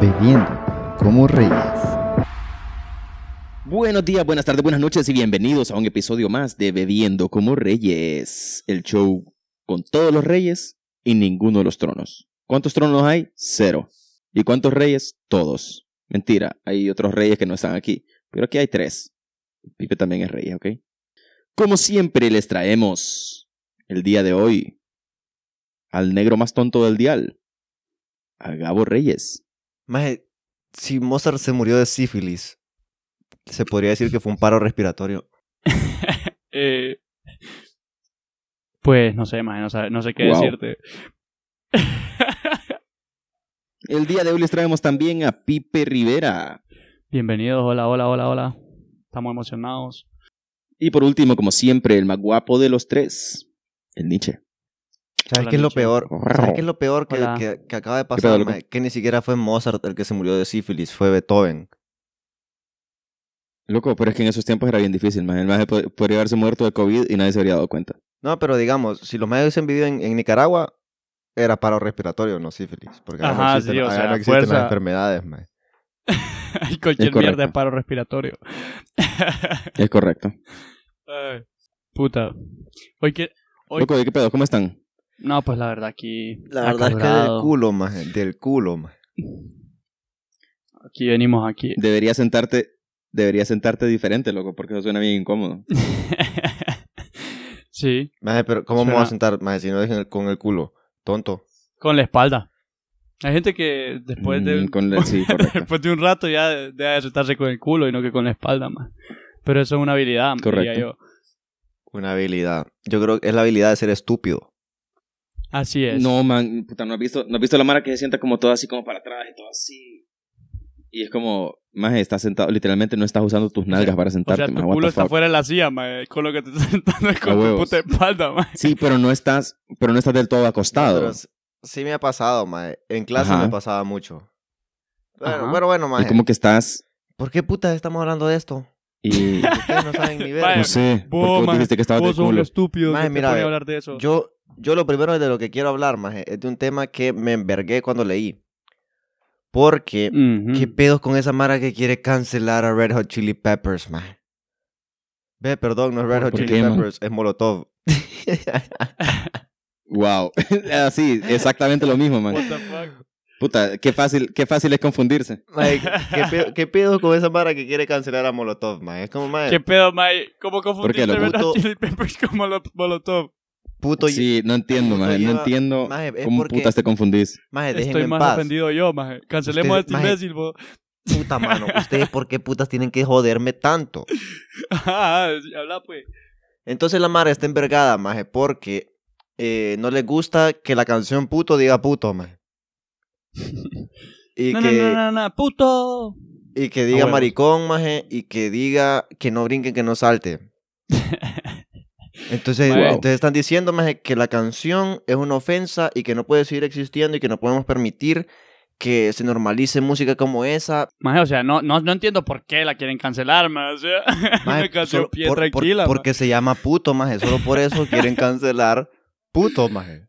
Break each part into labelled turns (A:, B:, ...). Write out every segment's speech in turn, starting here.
A: Bebiendo como Reyes.
B: Buenos días, buenas tardes, buenas noches y bienvenidos a un episodio más de Bebiendo como Reyes, el show con todos los reyes y ninguno de los tronos. ¿Cuántos tronos hay? Cero. ¿Y cuántos reyes? Todos. Mentira, hay otros reyes que no están aquí, pero aquí hay tres. Pipe también es rey, ¿ok? Como siempre les traemos el día de hoy al negro más tonto del dial, a Gabo Reyes.
C: Maje, si Mozart se murió de sífilis, se podría decir que fue un paro respiratorio.
D: Eh, pues no sé, maje, no, sabe- no sé qué
B: Wow.
D: decirte.
B: El día de hoy les traemos también a Pipe Rivera.
D: Bienvenidos, hola, hola, hola, hola. Estamos emocionados.
B: Y por último, como siempre, el más guapo de los tres, el Nietzsche.
C: ¿Sabes
D: Hola,
C: qué es lo
D: Nietzsche.
C: peor? ¿Sabes qué es lo peor que,
D: Hola.
C: que- que acaba de
B: pedo,
C: pasar?
B: loco?
C: maje? Que ni siquiera fue Mozart el que se murió de sífilis, fue Beethoven.
B: Loco, pero es que en esos tiempos era bien difícil, man. El maje po- podría haberse muerto de COVID y nadie se habría dado cuenta.
C: No, pero digamos, si los medios hubiesen vivido en, en Nicaragua, era paro respiratorio, no sífilis. Porque ahora
D: Ajá,
C: no existen,
D: sí, o
C: ahora
D: sea,
C: no existen las
D: fuerza.
C: enfermedades, maje.
D: Hay cualquier
B: Es correcto.
D: mierda de paro respiratorio.
B: Es correcto.
D: Ay, Puta. Hoy que. Hoy...
B: Loco, ¿de qué pedo? ¿Cómo están?
D: No, pues la verdad aquí.
C: La verdad es que del
D: acalorado.
C: culo, maje, del culo, maje.
D: Aquí venimos aquí.
B: Deberías sentarte, deberías sentarte diferente, loco, porque eso suena bien incómodo.
D: sí,
C: Maje, pero ¿cómo me voy a
D: Suena-
C: sentar, maje, si no dejen el- con el culo? Tonto.
D: con la espalda. Hay gente que después de,
B: Mm, con la- sí, correcto.
D: después de un rato ya deja de sentarse con el culo y no que con la espalda más. Pero eso es una habilidad, diría
B: Correcto.
D: yo.
C: Una habilidad. Yo creo que es la habilidad de ser estúpido.
D: Así es.
B: No, man, puta, ¿no has, visto, ¿no has visto la mara que se sienta como toda así como para atrás y todo así? Y es como, maje, estás sentado, literalmente no estás usando tus nalgas para
D: O
B: sentarte,
D: sea, tu
B: man, what
D: culo
B: the
D: está
B: fuck.
D: fuera de la silla, ma, con lo que te estás sentando es
B: A
D: con tu
B: huevos.
D: puta espalda, ma.
B: Sí, pero no estás, pero no estás del todo acostado.
C: Pero s- sí me ha pasado, maje. En clase
B: Ajá.
C: me pasaba mucho. Pero,
D: Ajá.
C: pero bueno,
B: es
C: maje.
B: como que estás
C: ¿Por qué putas estamos hablando de esto?
B: y
C: Ustedes no saben ni
D: Vaya,
C: ver.
B: No sé,
D: Vos,
B: porque vos
D: maje,
B: dijiste que estabas de
D: Vos sos un
B: culo.
D: estúpido,
C: Maje,
D: que te
C: mira,
D: pone
C: ve,
D: a hablar de eso.
C: Yo, yo lo primero de lo que quiero hablar, maje, es de un tema que me envergué cuando leí. Porque,
D: Ujú.
C: ¿qué pedos con esa mara que quiere cancelar a Red Hot Chili Peppers, maje? Ve, perdón, no es Red Hot
B: ¿Por
C: Chili
B: qué, man?
C: Peppers, es Molotov.
B: Wow, así, exactamente lo mismo, man.
D: What the fuck?
B: Puta, qué fácil, qué fácil es confundirse.
C: Maje, ¿qué, pedo, qué pedo con esa mara que quiere cancelar a Molotov, maje? Es como, maje,
D: ¿Qué pedo, Mae? ¿Cómo confundiste
B: lo
D: Red Hot
C: puto-
D: Chili Peppers con Molo- Molotov?
C: puto...
B: sí, no entiendo,
C: puto
B: man, no
C: lleva-
B: entiendo
C: Maje, es
B: cómo
C: porque-
B: putas te confundís.
C: Maje, déjenme
D: Estoy
C: en
D: más
C: paz.
D: ofendido yo, Mae. Cancelemos
C: Ustedes-
D: a
C: maje.
D: este imbécil, vos.
C: Puta mano, ¿ustedes por qué putas tienen que joderme tanto?
D: Ajá, Habla, pues.
C: Entonces la Mara está envergada, maje, porque eh, no le gusta que la canción puto diga puto, maje. Y,
D: No,
C: que,
D: no, no, no, no, puto.
C: y que diga
D: Ah, huevos.
C: maricón, maje, y que diga que no brinque, que no salte. Entonces,
D: Wow.
C: entonces están diciendo, maje, que la canción es una ofensa y que no puede seguir existiendo y que no podemos permitir que se normalice música como esa.
D: Maje, o sea, no, no, no entiendo por qué la quieren cancelar, Mae. O sea,
C: Maje,
D: me canción
C: solo
D: pie
C: por- por-
D: tranquila. maje.
C: porque se llama puto, maje. Solo por eso quieren cancelar puto, maje.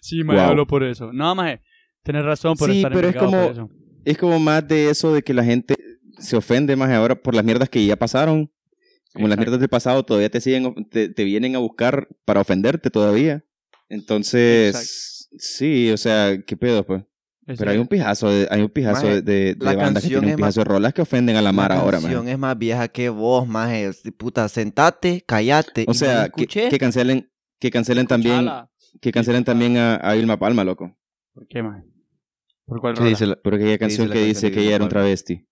D: sí, Mae,
B: Wow.
D: hablo por eso. No, Mae, tenés razón por
B: Sí,
D: estar
B: pero es
D: envergado
B: como-
D: por eso.
B: Es como más de eso de que la gente se ofende más ahora por las mierdas que ya pasaron. Como las
D: Exacto.
B: mierdas del pasado todavía te siguen, of- te, te vienen a buscar para ofenderte todavía. Entonces, sí, o sea, qué pedo, pues.
D: Es
B: Pero hay
D: cierto.
B: un pijazo, de, hay un pijazo de,
C: Maje,
B: de- de
C: la
B: bandas que
C: canción
B: tienen un
C: es más-
B: pijazo de rolas que ofenden a la mar
C: La
B: ahora, man.
C: canción es más vieja que vos, maje. Puta, sentate,
D: Eh,
B: O
C: callate. y no la
B: sea, que,
C: escuché.
B: que cancelen, que cancelen también,
D: Chala.
B: que cancelen también a, a Vilma Palma, loco.
D: ¿Por qué, Mae? ¿Por cuál
C: ¿Qué
D: rola?
C: dice la-
B: Porque aquella
C: ¿Qué dice
B: canción
C: la
B: que
C: canción
B: dice
C: de
B: que ella
C: Vilma
B: era un
C: Palma?
B: travesti.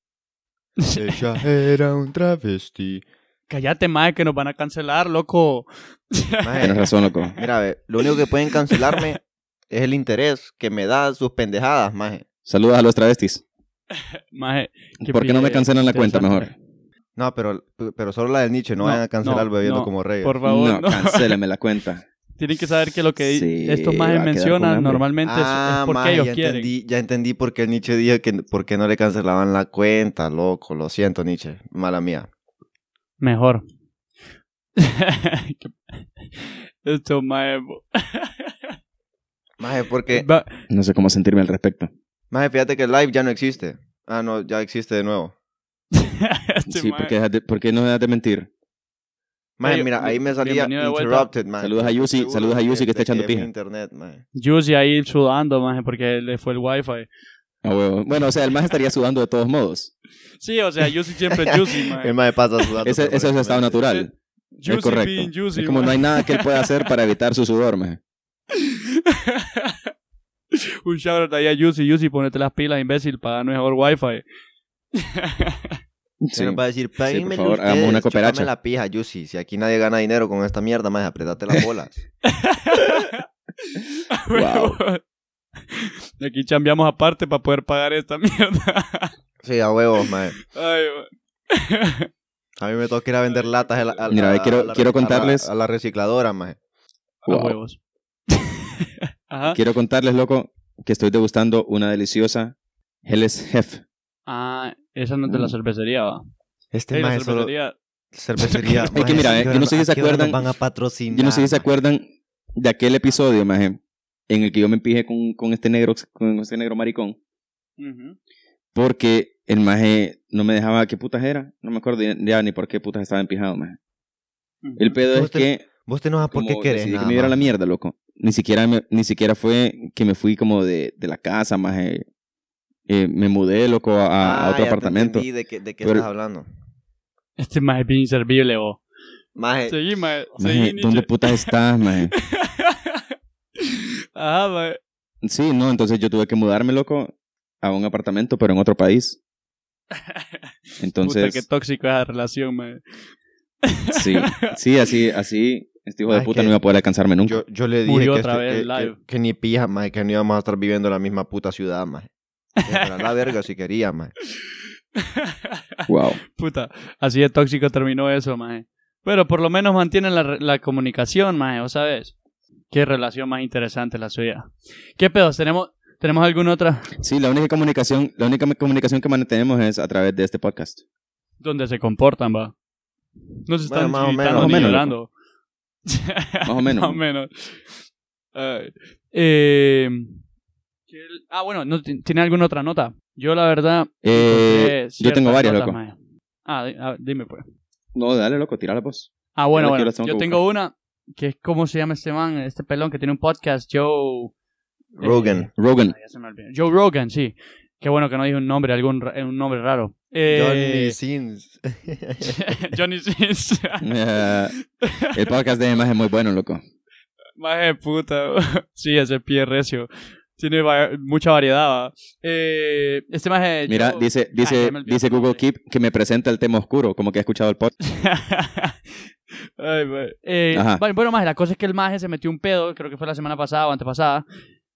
C: Ella era un travesti.
D: Cállate, Mae, que nos van a cancelar, loco.
C: Maje,
B: Tienes razón, loco.
C: mira, ve, lo único que pueden cancelarme es el interés que me da sus pendejadas, maje.
B: Saludos a los travestis.
D: Mae, qué
B: ¿Por qué no me
D: pille
B: cancelan la cuenta mejor?
D: interesante.
C: No, pero, pero solo la del nicho, no,
D: No,
C: vayan a cancelar
D: no,
C: bebiendo
D: no,
C: como reyes.
D: Por favor,
B: No,
D: no.
B: cancélame la cuenta.
D: Tienen que saber que lo que
B: Sí,
D: estos
B: va
D: Majes
B: a quedar con
D: mencionan
B: hambre.
D: normalmente es-
C: Ah,
D: es porque
C: maje,
D: ellos
C: ya
D: quieren.
C: entendí, ya entendí por qué el Nietzsche dijo que por qué no le cancelaban la cuenta, loco. Lo siento, Nietzsche. Mala mía.
D: Mejor. Esto, Mae. bo-
C: Maje, porque.
D: Va-
B: No sé cómo sentirme al respecto.
C: Maje, fíjate que el live ya no existe. Ah, no, ya existe de nuevo.
D: este
B: Sí,
D: mae.
B: porque, dejas de- porque no dejas de mentir.
C: Maje,
D: Oye,
C: mira, ahí me salía
D: bienvenido de vuelta.
C: interrupted, maje.
B: Saludos a Yusi,
C: Seguro
B: saludos a Yusi que está
C: desde
B: echando
C: es mi
B: pija.
C: internet, maje.
D: Juicy ahí sudando, maje, porque le fue el wifi.
B: A huevo. Bueno, o sea, el más estaría sudando de todos modos.
D: Sí, o sea, Juicy siempre es Juicy,
C: El
D: maje.
C: maje pasa sudando.
B: Ese, ese es su estado natural. es
D: Juicy
B: correcto.
D: being Juicy,
B: es como no
D: maje.
B: hay nada que él pueda hacer para evitar su sudor, maje.
D: Un shoutout ahí a Juicy. Juicy, ponete las pilas, imbécil, para mejor wifi.
B: Sí.
C: Se nos va a decir, páguenme
B: favor, hagamos
C: ustedes,
B: una cooperacha".
C: chúpame la pija, Yusi. Si aquí nadie gana dinero con esta mierda, maje, apretate las bolas.
B: Wow.
D: Aquí chambeamos aparte para poder pagar esta mierda.
C: sí, a huevos, maje.
D: Ay, mae.
C: A mí me toca ir a vender latas a la, a-
B: Mira,
C: a-
B: eh, quiero-
C: a la-
B: quiero
C: a la-
B: contarles-
C: A la, recicladora, maje.
D: A
B: Wow.
D: huevos. Ajá.
B: Quiero contarles, loco, que estoy degustando una deliciosa Helles Hef.
D: Ah, esa no es de la
B: Mm.
D: cervecería, va.
C: Este
D: Ey, la
C: maje solo...
D: cervecería.
C: Cervecería.
B: que
C: maje,
B: mira,
C: ¿a
B: eh,
C: qué
B: yo no
C: hora-
B: sé si
C: a
B: se
C: qué hora nos
B: acuerdan-
C: van a patrocinar.
B: Yo no sé si se
C: maje?
B: acuerdan de aquel episodio, maje, en el que yo me empijé con, con este negro, con este negro maricón,
D: Ujú.
B: porque el maje no me dejaba qué putas era, no me acuerdo ya ni por qué putas estaba empijado, maje.
D: Ujú.
B: El pedo
C: Tú
B: es
C: usted-
B: que
C: Vos te enojas porque
B: como
C: querés,
B: decidí que
C: nada
B: me diera
C: más.
B: la mierda, loco. Ni siquiera me- ni siquiera fue que me fui como de, de la casa, maje. Eh, me mudé, loco, a, a
C: Ah,
B: otro
C: ya te
B: apartamento.
C: entendí de qué, de qué
B: Pero-
C: estás hablando.
D: Este más es bien inservible, vos.
C: Maje,
D: Seguí, mae.
B: Maje,
D: Seguí,
B: Eh, ¿dónde
D: Nietzsche.
B: putas estás, maje?
D: Ajá, mae.
B: Sí, no, entonces yo tuve que mudarme, loco, a un apartamento, pero en otro país.
D: Puta, qué
B: Entonces,
D: tóxico esa relación, mae.
B: sí, sí, así, así, este hijo de
C: Ah, es
B: puta
C: que
B: no iba a poder alcanzarme nunca.
C: yo, yo le dije
D: Murió
C: que,
D: otra
C: este-
D: vez
C: que-
D: live.
C: que- que ni pija, maje, que no íbamos a estar viviendo en la misma puta ciudad, maje. Pero a la verga si quería, maje.
B: Wow.
D: Puta, así de tóxico terminó eso, mae. Pero por lo menos mantienen la, re- la comunicación, mae, ¿o sabes? Qué relación más interesante la suya. ¿Qué pedos? ¿Tenemos, ¿tenemos alguna otra
B: Sí, la única comunicación, la única comunicación que mantenemos es a través de este podcast.
D: donde se comportan, va? No se
C: Bueno,
D: están
C: más o
B: menos. Más o
D: gritando ni
B: menos,
D: llorando.
B: Más o menos.
D: Más o menos. Ay. Eh, ¿qué el- ah, bueno, no, ti- ¿tiene alguna otra nota? Yo, la verdad.
B: Eh,
D: encontré
B: yo
D: ciertas
B: tengo varias,
D: notas,
B: loco.
D: mae. Ah, di- ah, dime, pues.
B: No, dale, loco, tira la voz.
D: Ah, bueno,
B: Yo
D: bueno.
B: las tengo que
D: Yo tengo una que es cómo se llama este man, este pelón que tiene un podcast, Joe. eh,
C: Rogan.
B: Rogan.
D: ah, ya se me olvidó. Joe Rogan, sí. Qué bueno que no dije un nombre, algún ra- eh, un nombre raro. Eh,
C: Johnny Sins.
D: Johnny Sins.
B: Eh, el podcast de más es muy bueno, loco.
D: Más de puta. sí, ese pie recio. Tiene va- mucha variedad. va. Eh, este más es
B: Mira,
D: Joe-
B: dice, dice,
D: ya me olvidé.
B: dice Google Keep que me presenta el tema oscuro, como que ha escuchado el podcast.
D: Ay, mae. Eh,
B: Ajá.
D: bueno, bueno, maje, la cosa es que el maje se metió un pedo, creo que fue la semana pasada o antepasada.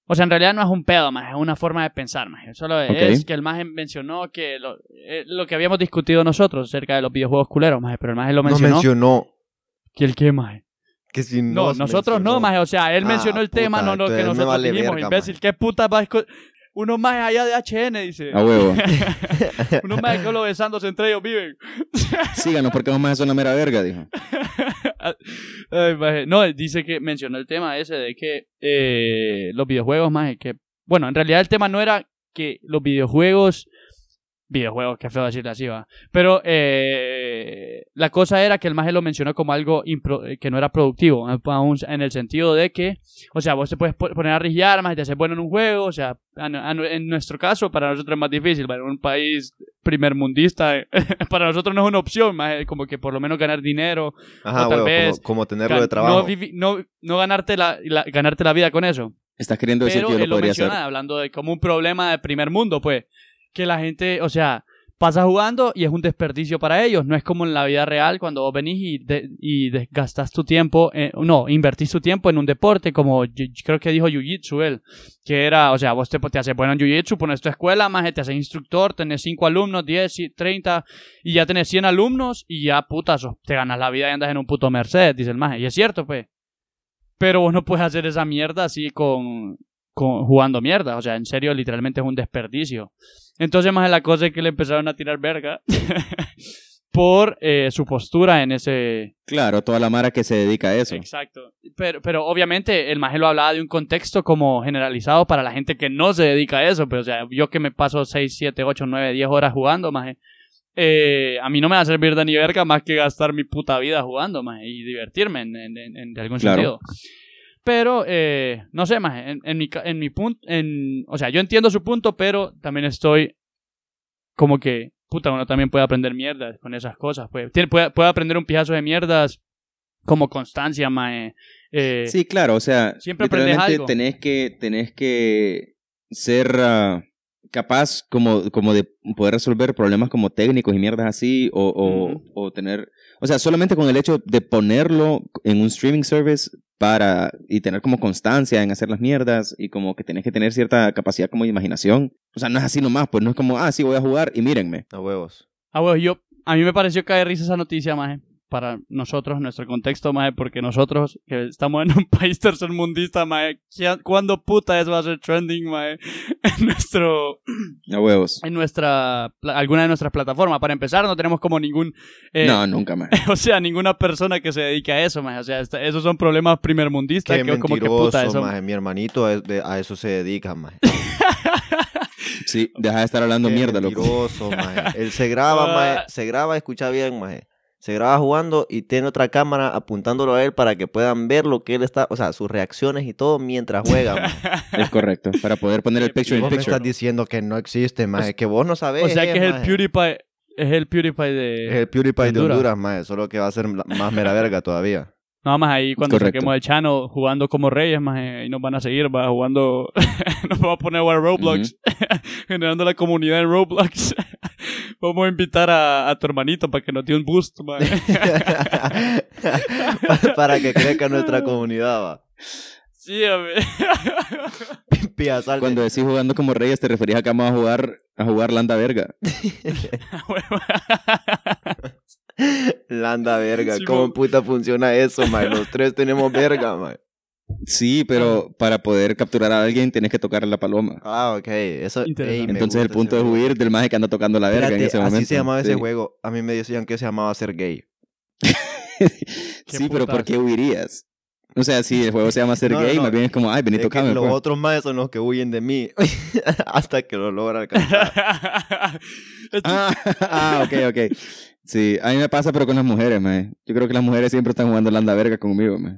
D: O sea, en realidad no es un pedo, maje, es una forma de pensar, maje. Solo es
B: Ok.
D: que el maje mencionó que lo, eh, lo que habíamos discutido nosotros acerca de los videojuegos culeros, maje, pero el maje lo
C: Nos
D: mencionó.
C: mencionó
D: ¿Que el qué, maje?
C: que si
D: No,
C: nos
D: nosotros
C: mencionó.
D: no, maje, o sea, él
C: Ah,
D: mencionó el
C: puta,
D: tema, no lo que
C: entonces me
D: nosotros
C: vale
D: dijimos,
C: verga,
D: imbécil, qué puta va a esco- Unos majes allá de HN, dice.
B: A huevo.
D: Unos majes que los besándose entre ellos viven.
B: Síganos porque los más son la mera verga, dijo.
D: Ay, maje. No, dice que mencionó el tema ese de que eh, los videojuegos, más que... Bueno, en realidad el tema no era que los videojuegos... Videojuegos, qué feo decirlo así, va. Pero eh, la cosa era que el maje lo mencionó como algo impro- eh, que no era productivo, aún en el sentido de que, o sea, vos te puedes po- poner a rigiar, más te haces bueno en un juego, o sea, a no- a no- en nuestro caso, para nosotros es más difícil, para un país primermundista, para nosotros no es una opción, más como que por lo menos ganar dinero,
C: Ajá,
D: O tal
C: huevo,
D: vez
C: como, como tenerlo
D: Gan-
C: de trabajo.
D: No, vivi- no- no ganarte, la, la- ganarte la vida con eso.
B: Estás queriendo decir
D: Pero
B: que yo
D: él
B: lo
D: lo
B: podría hacer.
D: menciona hablando de como un problema de primer mundo, pues. Que la gente, o sea, pasa jugando y es un desperdicio para ellos. No es como en la vida real cuando vos venís y, de- y desgastas tu tiempo, eh, no, invertís tu tiempo en un deporte, como yo- yo creo que dijo Jiu-Jitsu él. Que era, o sea, vos te, te haces bueno en Jiu-Jitsu, pones tu escuela, más te haces instructor, tenés 5 alumnos, 10, y 30, y ya tenés 100 alumnos, y ya, puta, sos- te ganas la vida y andas en un puto Mercedes, dice el maje. Y es cierto, pues. Pero vos no puedes hacer esa mierda así con, con- jugando mierda. O sea, en serio, literalmente es un desperdicio. Entonces, más de la cosa es que le empezaron a tirar verga. por eh, su postura en ese...
B: Claro, toda la mara que se dedica a eso.
D: Exacto. Pero, pero obviamente el maje lo hablaba de un contexto como generalizado para la gente que no se dedica a eso, pero o sea, yo que me paso 6, 7, 8, 9, 10 horas jugando, maje, eh, a mí no me va a servir de ni verga más que gastar mi puta vida jugando, maje, y divertirme en, en- en- en- de algún
B: Claro.
D: sentido. Pero, eh, no sé, maje, en, en mi, ca- en mi punto, en, o sea, yo entiendo su punto, pero también estoy como que, puta, uno también puede aprender mierdas con esas cosas, pues. Tiene- puede, puede aprender un pijazo de mierdas como constancia, mae. Eh,
B: Sí, claro, o sea,
D: Siempre aprendes
B: literalmente
D: algo.
B: tenés que tenés que ser ah, capaz como, como de poder resolver problemas como técnicos y mierdas así o, o-
D: Ujú.
B: o tener, o sea, solamente con el hecho de ponerlo en un streaming service para y tener como constancia en hacer las mierdas y como que tenés que tener cierta capacidad como de imaginación. O sea, no es así nomás, pues no es como, ah, sí voy a jugar y mírenme.
C: A huevos.
D: Ah, bueno, yo, a mí me pareció caer risa esa noticia, maje. Para nosotros, nuestro contexto, maje, porque nosotros que estamos en un país tercermundista, maje, ¿qué- ¿cuándo puta eso va a ser trending, maje? En nuestro
B: A huevos.
D: en nuestra pla- alguna de nuestras plataformas. Para empezar, no tenemos como ningún eh,
B: no, nunca más.
D: o sea, ninguna persona que se dedique a eso, maje. O sea, esta- esos son problemas primermundistas
C: Qué
D: que como que
C: mentiroso,
D: puta eso.
C: maje. Mi hermanito a, de- a eso se dedica, maje.
B: Sí, deja de estar hablando
C: Qué
B: mierda, loco.
C: mentiroso, maje. Él se graba, maje.
D: Ah.
C: Se graba, escucha bien, maje. Se graba jugando y tiene otra cámara apuntándolo a él para que puedan ver lo que él está, o sea, sus reacciones y todo mientras juega, maje.
B: Es correcto, para poder poner el
D: Qué
B: picture
C: Y
B: in
C: vos me
B: picture.
C: estás diciendo que no existe, maje, que vos no sabés.
D: O sea, que es el
C: maje.
D: PewDiePie es el PewDiePie de
C: Es el PewDiePie de
D: Honduras.
C: Honduras, maje, solo que va a ser la- más mera verga todavía.
D: No, más ahí cuando
B: Correcto.
D: saquemos el chano jugando como reyes, más ahí nos van a seguir, va jugando. nos vamos a poner a jugar Roblox, generando la comunidad en Roblox. vamos a invitar a, a tu hermanito para que nos dé un boost, más.
C: Pa- Para que crezca nuestra comunidad, va.
D: sí, hombre.
C: Pía, sal de-
B: Cuando decís jugando como reyes, te referías a que vamos a jugar, a jugar landa verga.
C: Landa verga,
D: Sí,
C: ¿cómo
D: mo-
C: puta funciona eso, mae? Los tres tenemos verga, mae.
B: Sí, pero para poder capturar a alguien tenés que tocar la paloma.
C: Ah, ok. Eso,
D: Interesante.
C: ey, me
B: Entonces el
C: gusta
B: punto
C: ese
B: es
C: juego.
B: huir del maje que anda tocando la verga en
C: Espérate,
B: ese momento.
C: Así se llamaba ese
B: Sí.
C: juego. A mí me decían que se llamaba ser gay.
B: sí, pero
D: putas.
B: ¿por qué huirías? O sea, si el juego se llama ser
C: No,
B: gay,
C: no.
B: más bien es como, ay, vení,
C: Es que
B: tocame.
C: los
B: pues.
C: otros maes son los que huyen de mí hasta que lo logran alcanzar.
B: Ah, ah, ok, ok. Sí, a mí me pasa, pero con las mujeres, maje. Yo creo que las mujeres siempre están jugando landa verga conmigo, maje.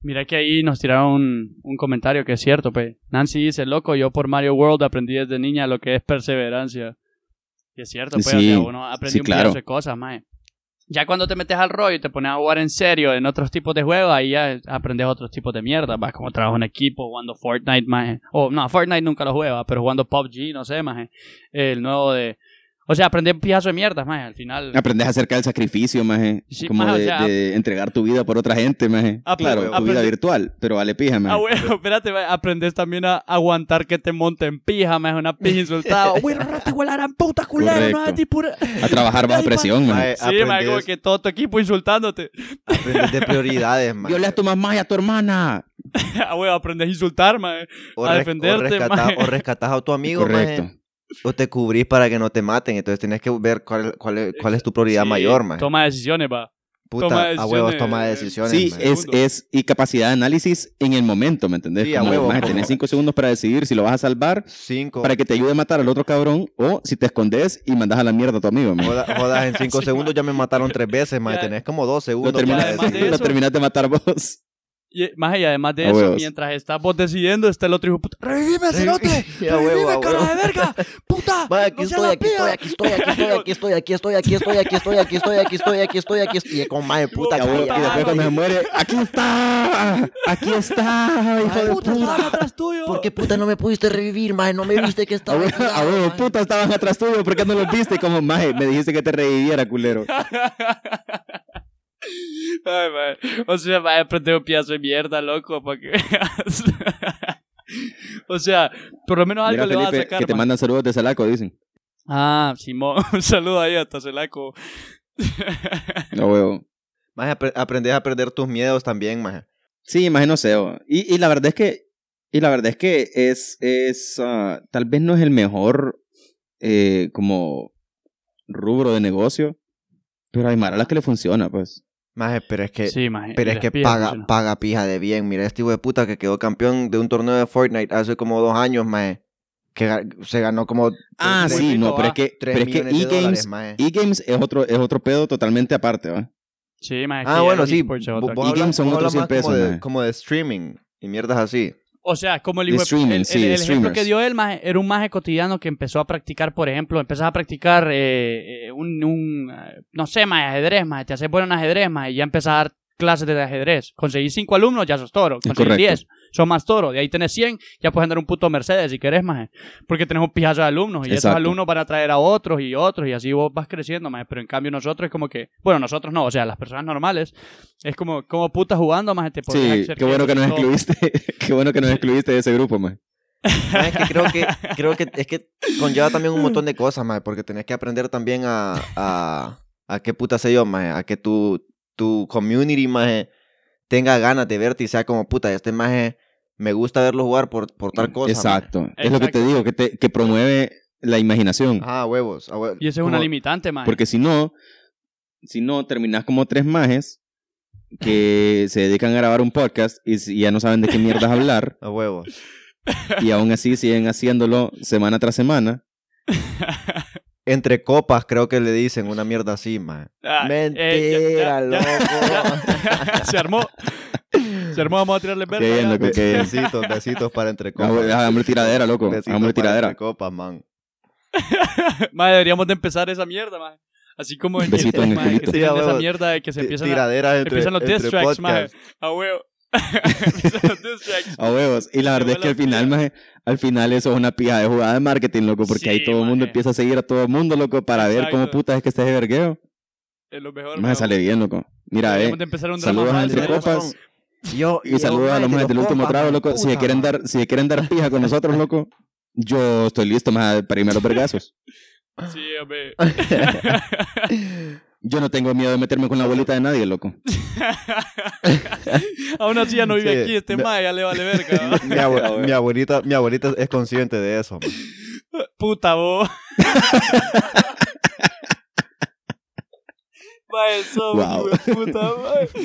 D: Mira que ahí nos tiraron un, un comentario que es cierto, pe. Nancy dice, loco, yo por Mario World aprendí desde niña lo que es perseverancia. Y es cierto, pues, o
B: Sí,
D: sea, uno aprende
B: sí,
D: un
B: claro.
D: pedazo de cosas, mae. Ya cuando te metes al rollo y te pones a jugar en serio en otros tipos de juegos, ahí ya aprendes otros tipos de mierda, vas como trabajo en equipo, jugando Fortnite, mae. O no, Fortnite nunca lo juega, pero jugando PUBG, no sé, mae. El nuevo de... O sea, aprender un pedazo de mierda, mae, al final...
B: Aprendes acerca del sacrificio, maje.
D: Sí,
B: como
D: maje, o
B: de,
D: sea,
B: de entregar tu vida por otra gente, maje.
D: Apre-
B: claro, tu vida
D: aprende-
B: virtual, pero vale pija, maje.
D: Ah, bueno, espérate, va, aprendes también a aguantar que te monten pija, más una pija insultada. Güey, no te igual harán puta culero, no
B: Correcto. Eh,
D: es pura.
B: A trabajar bajo presión, maje.
C: Mae,
D: Sí, mae, como
C: aprendes,
D: que todo tu equipo insultándote.
C: aprendes de prioridades, mae.
B: Violé a tu mamá y a tu hermana.
D: Ah, güey, aprendes a insultar, mae.
C: O,
D: a
C: res- o
D: defenderte,
C: rescatás,
D: mae.
C: o rescatás a tu amigo, mae,
B: Correcto.
C: o te cubrís para que no te maten. Entonces tienes que ver cuál, cuál, es, cuál es tu prioridad
D: Sí,
C: mayor, mae.
D: Toma decisiones, va.
C: Puta,
D: toma
C: a huevos
D: decisiones,
C: toma
D: eh,
C: decisiones.
B: Sí,
C: mae.
B: es, es y capacidad de análisis en el momento, ¿me entendés?
C: Sí, a
B: Como,
C: huevo,
B: maje,
C: como-
B: tenés cinco segundos para decidir si lo vas a salvar
C: Cinco.
B: para que te ayude a matar al otro cabrón o si te escondes y mandas a la mierda a tu amigo. maje.
C: Joda- jodas, en cinco
D: Sí,
C: segundos ya me mataron tres veces, mae.
D: Ya.
C: Tenés como dos
B: Lo
C: segundos.
D: ya,
B: terminas
C: para
D: además de
B: lo
C: decidir.
D: eso-
B: terminas de matar vos.
D: Y, más y además de
B: A
D: eso,
B: huevos.
D: mientras estás vos decidiendo, está el otro hijo de puta. ¡Revive, cerote!
C: Sí, a huevo, a
D: ¡Revive, cara de
C: huevo.
D: verga! ¡Puta!
A: Vaya, aquí
D: no seas
A: estoy,
D: la
A: aquí estoy,
D: pija!
A: aquí estoy, aquí estoy, aquí estoy, aquí estoy, aquí estoy, aquí estoy, aquí estoy, aquí estoy, aquí estoy, aquí estoy, y con madre puta
B: Y a huevo, y
A: calla.
B: después cuando se muere, aquí está, aquí está, hijo de
A: puta,
B: puta.
D: Estaba atrás tuyo!
A: ¿Por qué puta no me pudiste revivir, mae? No me viste que
B: A
A: estaba.
B: huevo, a huevo, puta, estaban atrás tuyo, ¿por qué no los viste? Y Como, maje, me dijiste que te reviviera, culero.
D: Ay, mae. O sea, mae, aprender un pedazo de mierda, loco, para que veas. o sea, por lo menos algo
B: Mira,
D: le vas a
B: Felipe,
D: sacar.
B: que te
D: mae.
B: mandan saludos de Salaco, dicen.
D: Ah, Simón, un saludo ahí hasta Celaco.
B: A huevo.
C: Mae, apre- aprendes a perder tus miedos también, mae.
B: Sí, imagino SEO. Y, y la verdad es que, y la verdad es que es, es ah, tal vez no es el mejor eh, como rubro de negocio, Pero hay maras a las que le funciona, pues.
C: Maje, pero es que,
D: sí, maje,
C: Eh, pero
D: y
C: es
D: les
C: que
D: pide
C: paga,
D: mucho, ¿no?
C: paga pija de bien. Mira, este hijo de puta que quedó campeón de un torneo de Fortnite hace como dos años, maje. Que ga- se ganó como
B: Ah,
C: tres-
B: sí, no, pero es que,
C: tres
B: pero es que
C: millones de
B: e-games
C: dólares, maje.
B: e-games es otro, es otro pedo totalmente aparte, ¿va?
D: Sí, maje,
C: Ah,
D: sí,
C: bueno,
D: los
C: sí.
D: esports es
C: vo-
D: otra
C: vos
B: Y games
D: cosa.
C: hablas-
B: son
C: vos
B: otros 100
C: hablas
B: pesos,
C: como de,
B: maje.
C: como de streaming y mierdas así.
D: O sea, como el,
B: De
D: hijo de-
B: streaming,
D: el,
B: sí,
D: el-
B: de
D: el ejemplo
B: streamers.
D: que dio él maje, era un maje cotidiano que empezó a practicar, por ejemplo, empezás a practicar eh, eh, un, un, eh, no sé, maje, ajedrez, maje, te haces bueno en ajedrez, maje, y ya empezás a dar clases de ajedrez. Conseguís cinco alumnos, ya sos toro. Conseguís
B: correcto.
D: 10, sos más toro. De ahí tenés 100, ya puedes andar un puto Mercedes si querés, maje, porque tenés un pijazo de alumnos y esos
B: Exacto.
D: alumnos van a traer a otros y otros y así vos vas creciendo, maje, pero en cambio nosotros es como que, bueno, nosotros no, o sea, las personas normales es como, como puta jugando, maje, te podés
B: Sí,
D: hacer
B: qué bueno que nos
D: todo.
B: excluiste. qué bueno que nos excluiste de ese grupo, man.
C: Maje, es que creo que, creo que es que conlleva también un montón de cosas, maje, porque tenés que aprender también a, a, a qué puta sé yo, maje, a que tu, tu community, maje, tenga ganas de verte y sea como puta, este maje me gusta verlo jugar por, por tal cosa. maje".
B: Exacto. Es lo que te
D: Exacto.
B: digo, que, te, que promueve la imaginación.
C: Ah, huevos. ah, hue-
D: Y esa es
C: como-
D: una limitante, maje.
B: Porque si no, si no, terminás como tres majes que se dedican a grabar un podcast y si- ya no saben de qué mierdas hablar
C: A huevos.
B: y aún así siguen haciéndolo semana tras semana.
C: Entre copas creo que le dicen una mierda así, maje.
D: Ah, eh,
C: Mentira,
D: ya- ya- ya-
C: loco.
D: ya- se armó. Se armó, vamos a tirarle verga.
B: Qué bien,
D: ya.
B: loco, qué bien.
C: Besitos, besitos para entre copas.
B: Hagámosle Ah, tiradera, loco.
C: Besitos
B: Hagámosle
C: para
B: tiradera.
C: entre copas, man.
D: Madre, deberíamos de empezar esa mierda, madre. Así como en
B: Besito en el
D: madre, que
B: culito.
D: se
C: Sí, a
D: tiene esa
C: huevo.
D: mierda de que se
C: Ti-
D: empiezan a,
C: tiraderas entre,
D: empiezan los diss
C: entre
D: tracks, maje.
C: podcasts.
D: a huevo. Empiezan los diss tracks.
B: A huevos. Y la verdad es que al final, maje, al final eso es una pija de jugada de marketing, loco, porque
D: Sí,
B: ahí todo el mundo
D: maje.
B: empieza a seguir a todo el mundo, loco, para ver cómo
D: Exacto.
B: puta es que está ese vergueo.
D: Es lo mejor.
B: Más sale bien, loco. Mira, eh.
D: Deberíamos de empezar un drama
B: Saludos a
D: falso.
B: Entre
C: Tenés
D: ¿no?
B: Copas.
C: razón. Yo,
B: Y saludos a los majes del último trago, loco. Si se quieren dar, si se quieren dar pija con nosotros, loco, yo estoy listo más para irme a los vergazos.
D: Sí, hombre.
B: Yo no tengo miedo de meterme con la abuelita de nadie, loco.
D: Aún así ya no vive
C: Sí,
D: aquí este
C: me-
D: madre, ya le vale verga. ¿va?
C: Mi, abue- mi abuelita, mi abuelita es consciente de eso. man.
D: Puta vos. Madre, sos
B: Wow.
D: hijo de puta, madre.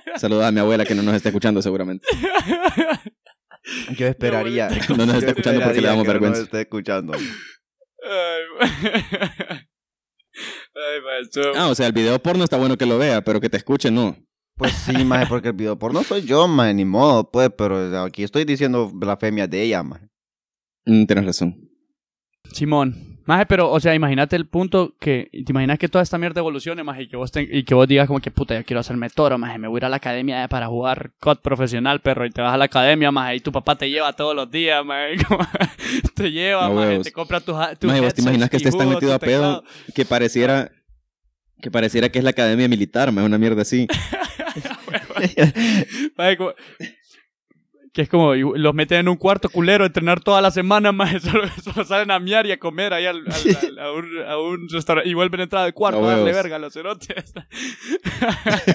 B: Wow. Saludos a mi abuela que no nos está escuchando seguramente.
C: Yo esperaría.
D: Mi
B: No nos está escuchando porque le damos
C: esperaría que No
B: vergüenza.
C: nos esté escuchando.
D: Ay, Ay, maestro.
B: Ah, o sea, el video porno está bueno que lo vea, pero que te escuche no.
C: Pues sí, maje, porque el video porno soy yo, maje, ni modo, pues, pero aquí estoy diciendo blasfemias de ella, maje.
B: Mm, tienes razón.
D: Simón. Maje, pero, o sea, imagínate el punto que. Te imaginas que toda esta mierda evolucione, maje, y que vos, ten- y que vos digas, como que puta, yo quiero hacerme toro, maje, me voy a ir a la academia eh, para jugar COD profesional, perro, y te vas a la academia, maje, y tu papá te lleva todos los días, maje, como- te lleva,
B: A
D: maje,
B: huevos.
D: te compra tus. ha- tus
B: No, vos te
D: headsets
B: imaginas que
D: y
B: estés tan
D: jugos,
B: metido
D: tu
B: a pedo
D: teclado.
B: que pareciera que pareciera que es la academia militar, más una mierda así.
D: Maje, como- Que es como, y los meten en un cuarto culero a entrenar toda la semana, maje, solo, solo salen a miar y a comer ahí al, al- al- a, un, a un restaurante y vuelven a entrar al cuarto
B: A
D: a darle
B: huevos.
D: verga a los cerotes.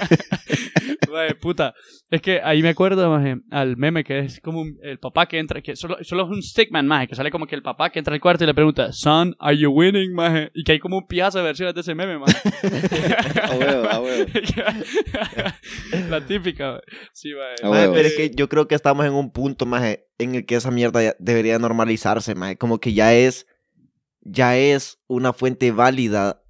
D: Maje, puta. Es que ahí me acuerdo, maje, al meme que es como un- el papá que entra, que solo, solo es un stickman, maje, que sale como que el papá que entra al cuarto y le pregunta, son, are you winning, maje? Y que hay como un piazo de versiones de ese meme, maje.
B: A huevo, a huevo.
D: la típica, maje. Sí, maje.
B: A Ah,
C: Maje,
B: huevo.
C: pero es que yo creo que estamos en un punto, maje, en el que esa mierda ya debería normalizarse, maje. Como que ya es, ya es una fuente válida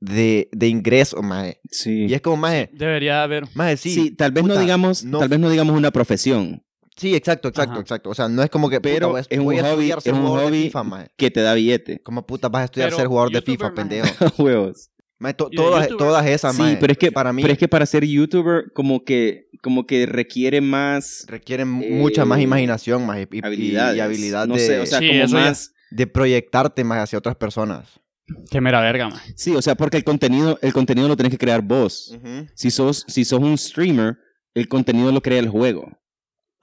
C: de, de ingreso, maje.
B: Sí.
C: Y es como, maje,
D: Debería haber.
C: maje,
B: Sí,
C: sí.
B: tal vez no
C: puta,
B: digamos,
C: no-
B: tal vez no digamos una profesión
C: Sí, exacto, exacto,
D: Ajá.
C: exacto. O sea, no es como que
B: Pero
C: voy a-
B: es un
C: voy a
B: hobby-
C: estudiar ser
B: es un
C: jugador de
B: hobby.
C: FIFA, maje.
B: que te da billete.
C: ¿Cómo puta vas a estudiar
D: Pero
C: ser jugador de
D: youtuber,
C: FIFA,
D: maje.
C: pendejo?
B: A huevos.
C: Maje, to-
D: Y de
C: todas,
D: youtuber.
C: todas esas, maje.
B: Sí, pero es que
C: para mí
B: pero es que para ser youtuber como que como que requiere más
C: requieren
B: eh,
C: mucha más imaginación, maje, y, y-
B: habilidades.
C: y habilidad
B: no
C: de,
B: sé, o sea,
D: Sí,
B: como
D: eso ya-
B: más
C: de proyectarte más hacia otras personas.
D: Qué mera verga, man.
B: Sí, o sea, porque el contenido el contenido lo tenés que crear vos. Si sos si sos un streamer, el contenido lo crea el juego.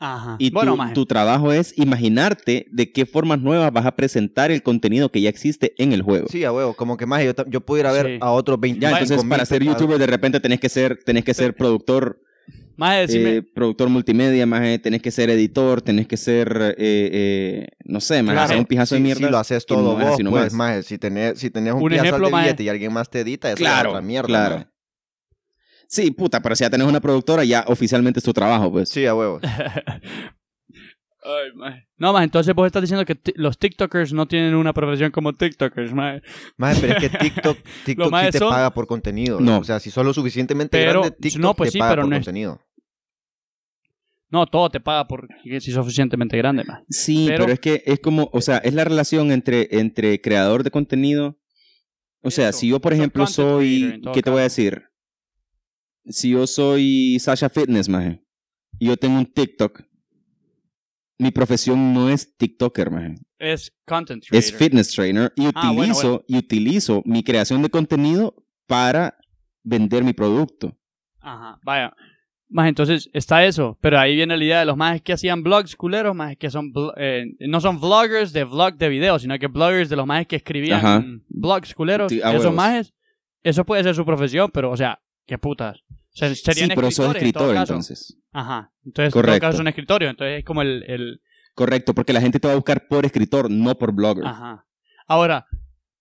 D: Ajá.
B: Y
D: bueno,
B: tu,
D: maje.
B: tu trabajo es imaginarte de qué formas nuevas vas a presentar el contenido que ya existe en el juego.
C: Sí, a huevo, como que más yo, ta- yo pudiera ver
D: Sí.
C: a otros 20
B: Ya, entonces para ser youtuber de repente tenés que ser, tenés que ser productor
D: Más decime.
B: eh, productor multimedia, maje, tenés que ser editor, tenés que ser, eh, eh, no sé, maje,
C: Claro,
B: hacer un pijazo de
C: si-
B: mierda.
C: Si lo haces
B: y
C: todo
B: no es
C: vos,
B: así nomás.
C: pues, maje, si tenés, si tenés un,
D: Un
C: piazo
D: ejemplo,
C: de
D: maje.
C: billete y alguien más te edita, eso es otra mierda,
B: claro.
C: maje.
B: Sí, puta, pero si ya tenés una productora, ya oficialmente es tu trabajo, pues.
C: Sí, a huevos.
D: Ay, mae. No, más entonces vos estás diciendo que ti- los TikTokers no tienen una profesión como TikTokers, mae.
C: Maje, pero es que TikTok, TikTok sí
D: majes
C: te
D: son-
C: paga por contenido.
B: No.
C: O sea, si sos lo suficientemente
D: Pero-
C: grande, TikTok
D: no, pues
C: te
D: sí,
C: paga
D: pero
C: por
D: no es-
C: contenido.
D: No, todo te paga por si sos suficientemente grande, mae.
B: Sí, pero,
D: Pero-
B: es que es como, o sea, es la relación entre, entre creador de contenido. O sea,
D: Eso,
B: si yo, por
D: sos
B: ejemplo,
D: content creator
B: soy.
D: en todo
B: ¿Qué te voy a
D: caso.
B: decir? Si yo soy Sasha Fitness, maje, y yo tengo un TikTok, mi profesión no es TikToker, maje.
D: Es content creator.
B: Es fitness trainer y utilizo,
D: Ah, bueno,
B: y utilizo mi creación de contenido para vender mi producto.
D: Ajá, vaya. Más entonces está eso, pero ahí viene la idea de los más que hacían blogs culeros, más que son bl- eh, no son vloggers de vlog de video, sino que bloggers de los más que escribían
B: Ajá.
D: blogs culeros,
B: Sí, a
D: esos
B: huevos.
D: majes, eso puede ser su profesión, pero o sea, qué putas. O sea, serían
B: sí, pero
D: escritores
B: sos
D: en todo
B: escritor
D: caso.
B: entonces.
D: Ajá. Entonces, en
B: Correcto.
D: todo caso son escritorios, entonces es como el, el,
B: Correcto, porque la gente te va a buscar por escritor, no por blogger.
D: Ajá. Ahora,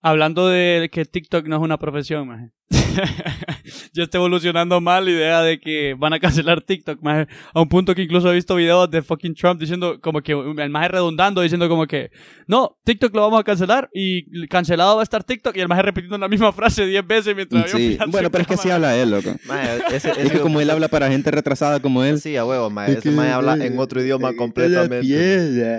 D: hablando de que TikTok no es una profesión, maje. Yo estoy evolucionando mal la idea de que van a cancelar TikTok, maje. A un punto que incluso he visto videos de fucking Trump diciendo, como que, el maje redundando, diciendo como que, no, TikTok lo vamos a cancelar y cancelado va a estar TikTok y el maje repitiendo la misma frase 10 veces mientras había un
B: Sí.
D: pirata en
B: Bueno, pero es que así
D: cámara.
B: habla él, loco.
C: Maje, ese,
B: Es que
C: ese-
B: como él habla para gente retrasada como él. eh,
C: Sí, a huevos, maje.
B: Es
C: Ese
B: que-
C: maje habla en otro idioma completamente.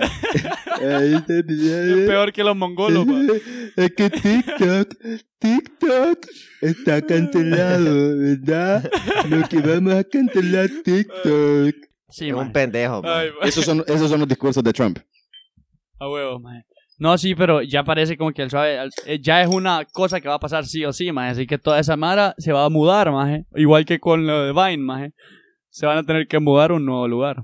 D: Es peor que los mongolos, maje.
B: eh. Es que TikTok, TikTok está cancelado, ¿verdad? Lo que vamos a cancelar TikTok.
D: Sí,
C: Es un
D: maje.
C: pendejo, maje.
D: Ay, maje.
B: Esos son, esos son los discursos de Trump.
D: A huevo, maje. No, sí, pero ya parece como que el suave al- eh, ya es una cosa que va a pasar sí o sí, maje. Así que toda esa mara se va a mudar, maje. Igual que con lo de Vine, maje. Se van a tener que mudar a un nuevo lugar.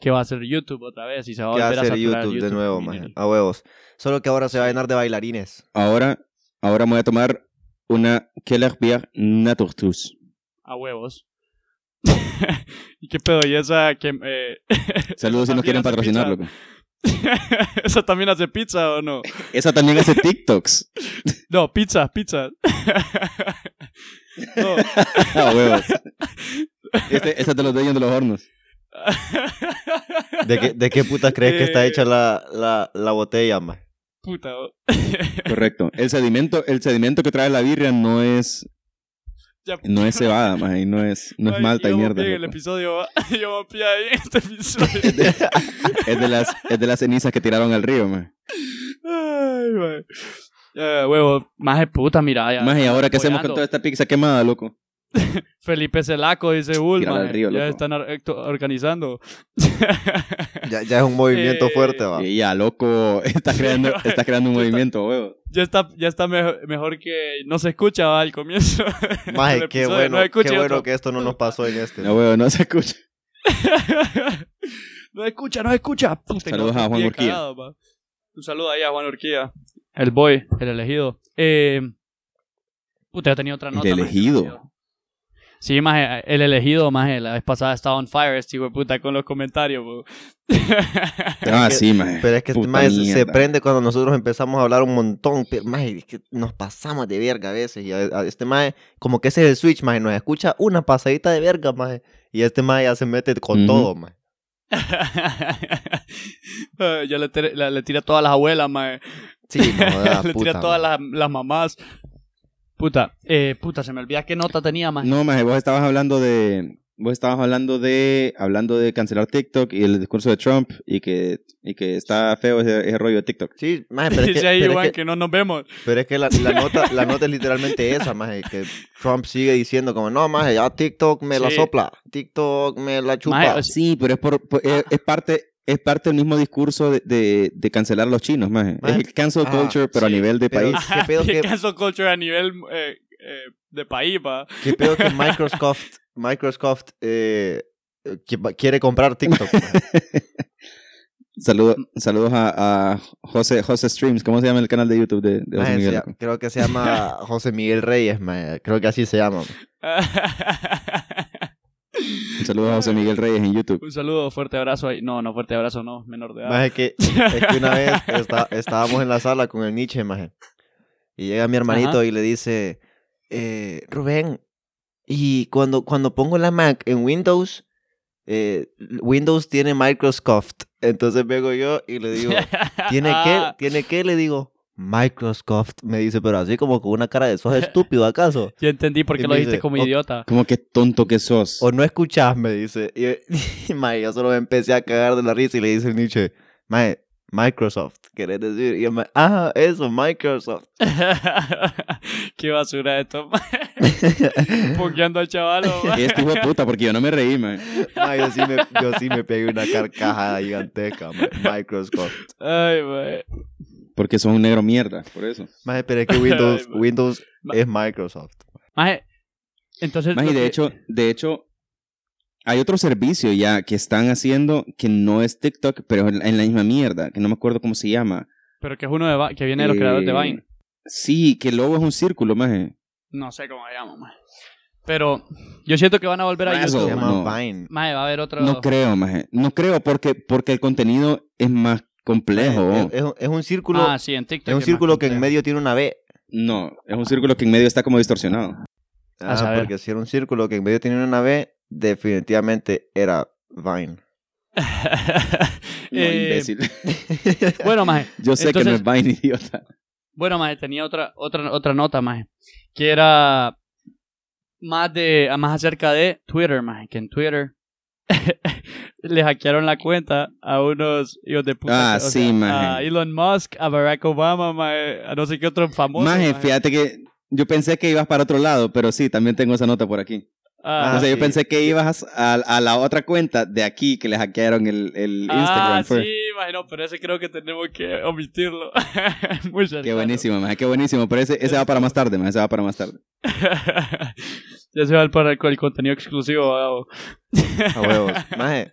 D: Que va a ser YouTube otra vez y se va a
C: Que
D: volver a
C: hacer
D: saturar
C: YouTube de nuevo, maje.
D: Community.
C: A huevos. Solo que ahora se va a llenar de bailarines.
B: Ahora, ahora me voy a tomar una Keller Beer Naturtus.
D: A huevos. ¿Y qué pedo? Y esa que... eh,
B: Saludos si nos quieren
D: También hace
B: patrocinar,
D: pizza.
B: loco.
D: ¿Esa también hace pizza o no?
B: Esa también hace TikToks.
D: No, pizza, pizza. no.
B: Ah, huevos. Este, esta te lo doy de los hornos.
C: ¿De qué, de qué putas crees que está
D: Eh.
C: hecha la, la, la botella, maje?
D: Puta. oh.
B: Correcto. El sedimento, el sedimento que trae la birria no es,
D: Ya-
B: no es cebada, maje, y no es, no es
D: Ay,
B: malta y
D: yo
B: mierda.
D: bombeé en el
B: loco.
D: episodio, va. yo bombeé ahí en este episodio.
B: Es de las, es de las cenizas que tiraron al río, maje.
D: Ay, mae. Eh, huevo, más de puta, mira. Ya,
B: Maje, ¿y ahora qué hacemos con
D: apoyando.
B: toda esta pizza quemada, loco?
D: Felipe Celaco dice Bull,
B: Tírala al
D: mae,
B: río,
D: Ya
B: loco.
D: están or- acto- organizando.
C: Ya, ya es un movimiento
D: Eh.
C: fuerte, va.
B: Y ya, loco, estás creando, estás creando un movimiento, huevo.
D: ya está, ya está mejo- mejor que no se escucha va, al comienzo.
C: Maje,
D: del
C: qué
D: episodio,
C: bueno,
D: no escuche
C: qué bueno
D: otro.
C: que esto no nos pasó en este.
B: No, huevo, no se escucha.
D: no escucha, no escucha. Puta, y
B: Saludos
D: no,
B: a Juan
D: bien
B: Urquía.
D: cagado, pa. Un saludo ahí a Juan Urquía. El boy, el elegido. Eh, puta, yo tenía otra
B: El
D: nota. maje,
B: elegido.
D: se me olvidó. Sí, maje, el elegido, maje, la vez pasada estaba on fire este hijo de puta con los comentarios, po.
B: Ah, sí, maje.
C: Pero es que este
B: Puta
C: maje se
B: mierda.
C: prende cuando nosotros empezamos a hablar un montón. Pero, maje, es que nos pasamos de verga a veces. Y a- a este maje, como que ese es el switch, maje. Nos escucha una pasadita de verga, maje. Y este maje ya se mete con
B: Ujú.
C: todo, maje.
D: Eh, ya le, tere- la- le tira a todas las abuelas, maje.
C: Sí, no, jodas,
D: le tira
C: puta,
D: a todas
C: maje.
D: las, las mamás. Puta, eh, puta, se me olvida qué nota tenía, maje.
B: No, maje, vos estabas hablando de. Vos estabas hablando de. Hablando de cancelar TikTok y el discurso de Trump y que, y que está feo ese, ese rollo de TikTok.
C: Sí, maje, pero es
D: Dice
C: que,
D: ahí,
C: pero es
D: Juan,
C: que-
D: que no nos vemos.
C: Pero es que la, la nota, la nota es literalmente esa, maje, que Trump sigue diciendo como, no, maje, ya TikTok me la
D: Sí.
C: sopla, TikTok me la chupa.
D: Maje, eh, o sea,
B: Sí, pero es, por, por- es, es parte. Es parte del mismo discurso de, de, de cancelar a los chinos, maje.
C: Maje,
B: Es el cancel
C: ah,
B: culture, pero a
C: sí,
B: nivel de
C: pero-
B: país.
C: ¿Qué pedo
D: ¿Qué
C: que-
D: caso culture a nivel eh, eh, de país, pa?
C: Que peor que Microsoft, Microsoft eh, que va- quiere comprar TikTok. pues. maje.
B: Saludo- saludos a, a José, José Streams. ¿Cómo se llama el canal de YouTube de, de José
C: Maje,
B: Miguel?
C: se-
B: loco?
C: creo que se llama José Miguel Reyes, maje, creo que así se llama.
B: Saludos a José Miguel Reyes en YouTube.
D: Un saludo, fuerte abrazo ahí. No, no, fuerte abrazo, no, menor de edad.
C: Maje, que, es que una vez está- estábamos en la sala con el Nietzsche, maje. Y llega mi hermanito
D: Ajá.
C: y le dice, eh, Rubén, y cuando, cuando pongo la Mac en Windows, eh, Windows tiene Microsoft. Entonces vengo yo y le digo, ¿tiene
D: Ah.
C: qué? ¿Tiene qué? Le digo, Microsoft. Me dice, pero así como con una cara de, ¿sos estúpido acaso?
D: Ya entendí por
C: Y
D: qué
C: me
D: lo dijiste
C: dice,
D: como
C: "Ok".
D: idiota.
B: Como que tonto que sos.
C: O no escuchás, me dice. Y, y, mae, yo solo me empecé a cagar de la risa y le dice el Nietzsche, mae, Microsoft, ¿querés decir? Y yo, mae, ah, eso, Microsoft.
D: qué basura esto. Ponqueando al chaval. o-
B: Y este hijo de puta, porque yo no me reí, man.
C: Mae, yo sí me, yo sí me pegué una carcajada gigantesca, mae, Microsoft.
D: Ay, güey.
B: Porque sos un negro mierda, por eso.
C: Mae, pero es que Windows,
D: Ay, mae.
C: Windows
D: Ma-
C: es Microsoft.
D: Maje, entonces.
B: Más
D: lo
B: y de
D: que-
B: hecho, de hecho, hay otro servicio ya que están haciendo que no es TikTok, pero en en la misma mierda, que no me acuerdo cómo se llama.
D: Pero que es uno de Vi- que viene de los creadores de
B: Eh,
D: Vine.
B: Sí, que el logo es un círculo, más.
D: No sé cómo se llama, maje. Pero yo siento que van a volver a
B: Eso,
C: Se
D: YouTube.
B: ma-
C: llama
B: no.
C: Vine.
D: Maje, va a haber otro.
B: No creo, maje. No creo porque, porque el contenido es más complejo.
C: Es, es un- es un círculo,
D: ah, sí, en TikTok.
C: es un
D: más
C: círculo que en
D: complejo.
C: medio tiene una B.
B: No, es un círculo que en medio está como distorsionado.
D: A
C: Ah,
D: saber.
C: porque si era un círculo que en medio tiene una B, definitivamente era Vine.
B: No,
D: Eh,
B: imbécil.
D: bueno, maje.
B: Yo sé
D: entonces-
B: que no es Vine, idiota.
D: Bueno, maje, tenía otra, otra, otra nota, maje. Que era más de más acerca de Twitter, maje. Que en Twitter le hackearon la cuenta a unos hijos de puta.
B: Ah,
D: o sea,
B: sí, maje.
D: A Elon Musk, a Barack Obama, maje, a no sé qué otro famoso.
B: Maje,
D: maje.
B: fíjate que yo pensé que ibas para otro lado, pero sí, también tengo esa nota por aquí.
D: Ah,
B: o sea, yo
C: sí.
B: pensé que ibas a, a la otra cuenta de aquí que le hackearon el, el Instagram.
D: Ah,
B: fue.
D: sí, maje, no, pero ese creo que tenemos que omitirlo. Muy cercano.
B: Qué buenísimo, maje, qué buenísimo. Pero ese, ese va para más tarde, maje, ese va para más tarde.
D: ya se va el, para el, el contenido exclusivo ¿verdad?
C: A huevos. Maje,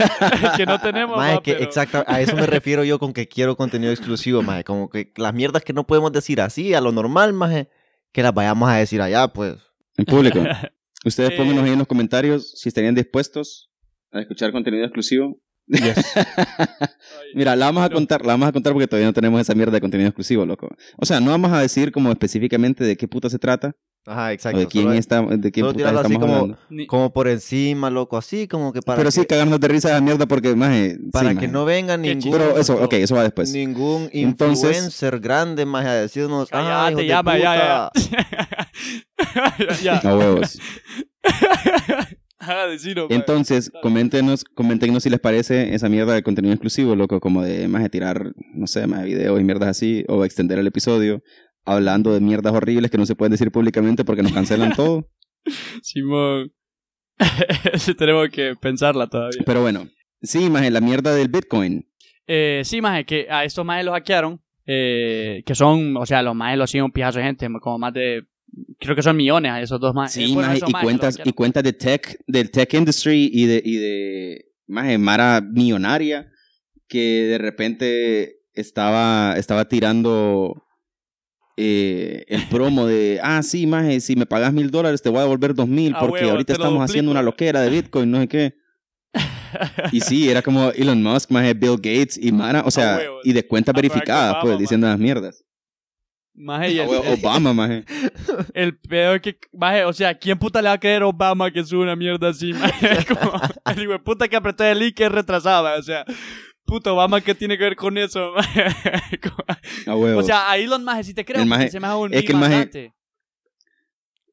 D: que no tenemos.
C: Mae,
D: va,
C: que
D: pero-
C: exacta- a eso me refiero yo con que quiero contenido exclusivo, mae. Como que las mierdas que no podemos decir así, a lo normal, mae, que las vayamos a decir allá, pues.
B: En público. Ustedes
D: Eh.
B: pónganos ahí en los comentarios si estarían dispuestos a escuchar contenido exclusivo.
D: Ay.
B: Mira, la vamos a
D: No.
B: contar, la vamos a contar porque todavía no tenemos esa mierda de contenido exclusivo, loco. O sea, no vamos a decir como específicamente de qué puta se trata
C: Ajá,
B: o
C: exacto.
B: de quién
C: solo-
B: está, de qué
C: solo
B: puta
C: tirarlo
B: estamos
C: así como-
B: hablando.
D: Ni-
C: Como por encima, loco, así, como que para
B: Pero
C: que,
B: sí cagarnos de risa de mierda porque más
C: para que no venga
D: Qué
C: ningún,
D: chistoso.
B: Pero eso, ok, eso va después.
C: ningún
B: Entonces-
C: influencer grande, mae, a decirnos, ah, hijo
D: Cállate,
C: de
D: ya, ma, ya,
C: puta.
D: ya. ya.
B: A huevos.
D: Ah, decilo, ma.
B: Entonces, coméntenos, coméntenos si les parece esa mierda de contenido exclusivo, loco, como de más de tirar, no sé, más de videos y mierdas así, o extender el episodio, hablando de mierdas horribles que no se pueden decir públicamente porque nos cancelan todo.
D: Simón. Eso tenemos que pensarla todavía.
B: Pero bueno, sí, más la mierda del Bitcoin.
D: Eh, sí, maje, que a estos majes los hackearon. eh, que son, o sea, los majes los siguen un pijazo de gente, como más de. Creo que son millones a esos dos majes.
B: Sí,
D: Eh, bueno,
B: maje,
D: esos
B: y
D: majes los
B: cuentas, y
D: hackearon.
B: cuentas de tech, del tech industry y de, y de maje, Mara millonaria que de repente estaba, estaba tirando eh, el promo de ah, sí, maje, si me pagas mil dólares te voy a devolver dos mil
D: Ah,
B: porque
D: huevo,
B: ahorita
D: te lo
B: estamos haciendo
D: duplico.
B: una loquera de Bitcoin, no sé qué. Y sí, era como Elon Musk, maje, Bill Gates y Mara, o sea,
D: Ah, huevo.
B: y de cuentas
D: Ah, Barack
B: verificadas,
D: Obama,
B: pues,
D: maje.
B: diciendo las mierdas.
D: Maje, y
B: Ah,
D: el-
B: huevo, Obama, maje.
D: El peor que. Maje, o sea, ¿quién puta le va a creer a Obama que sube una mierda así? maje? Como el hijo de puta que apretó el i que es retrasado, maje, O sea, puto Obama, ¿qué tiene que ver con eso? maje? Como-
B: Ah, huevo.
D: o sea, a Elon Maje sí te creo,
B: El
D: porque
B: maje-
D: se me hace un
B: es que el
D: meme
B: maje-
D: andante.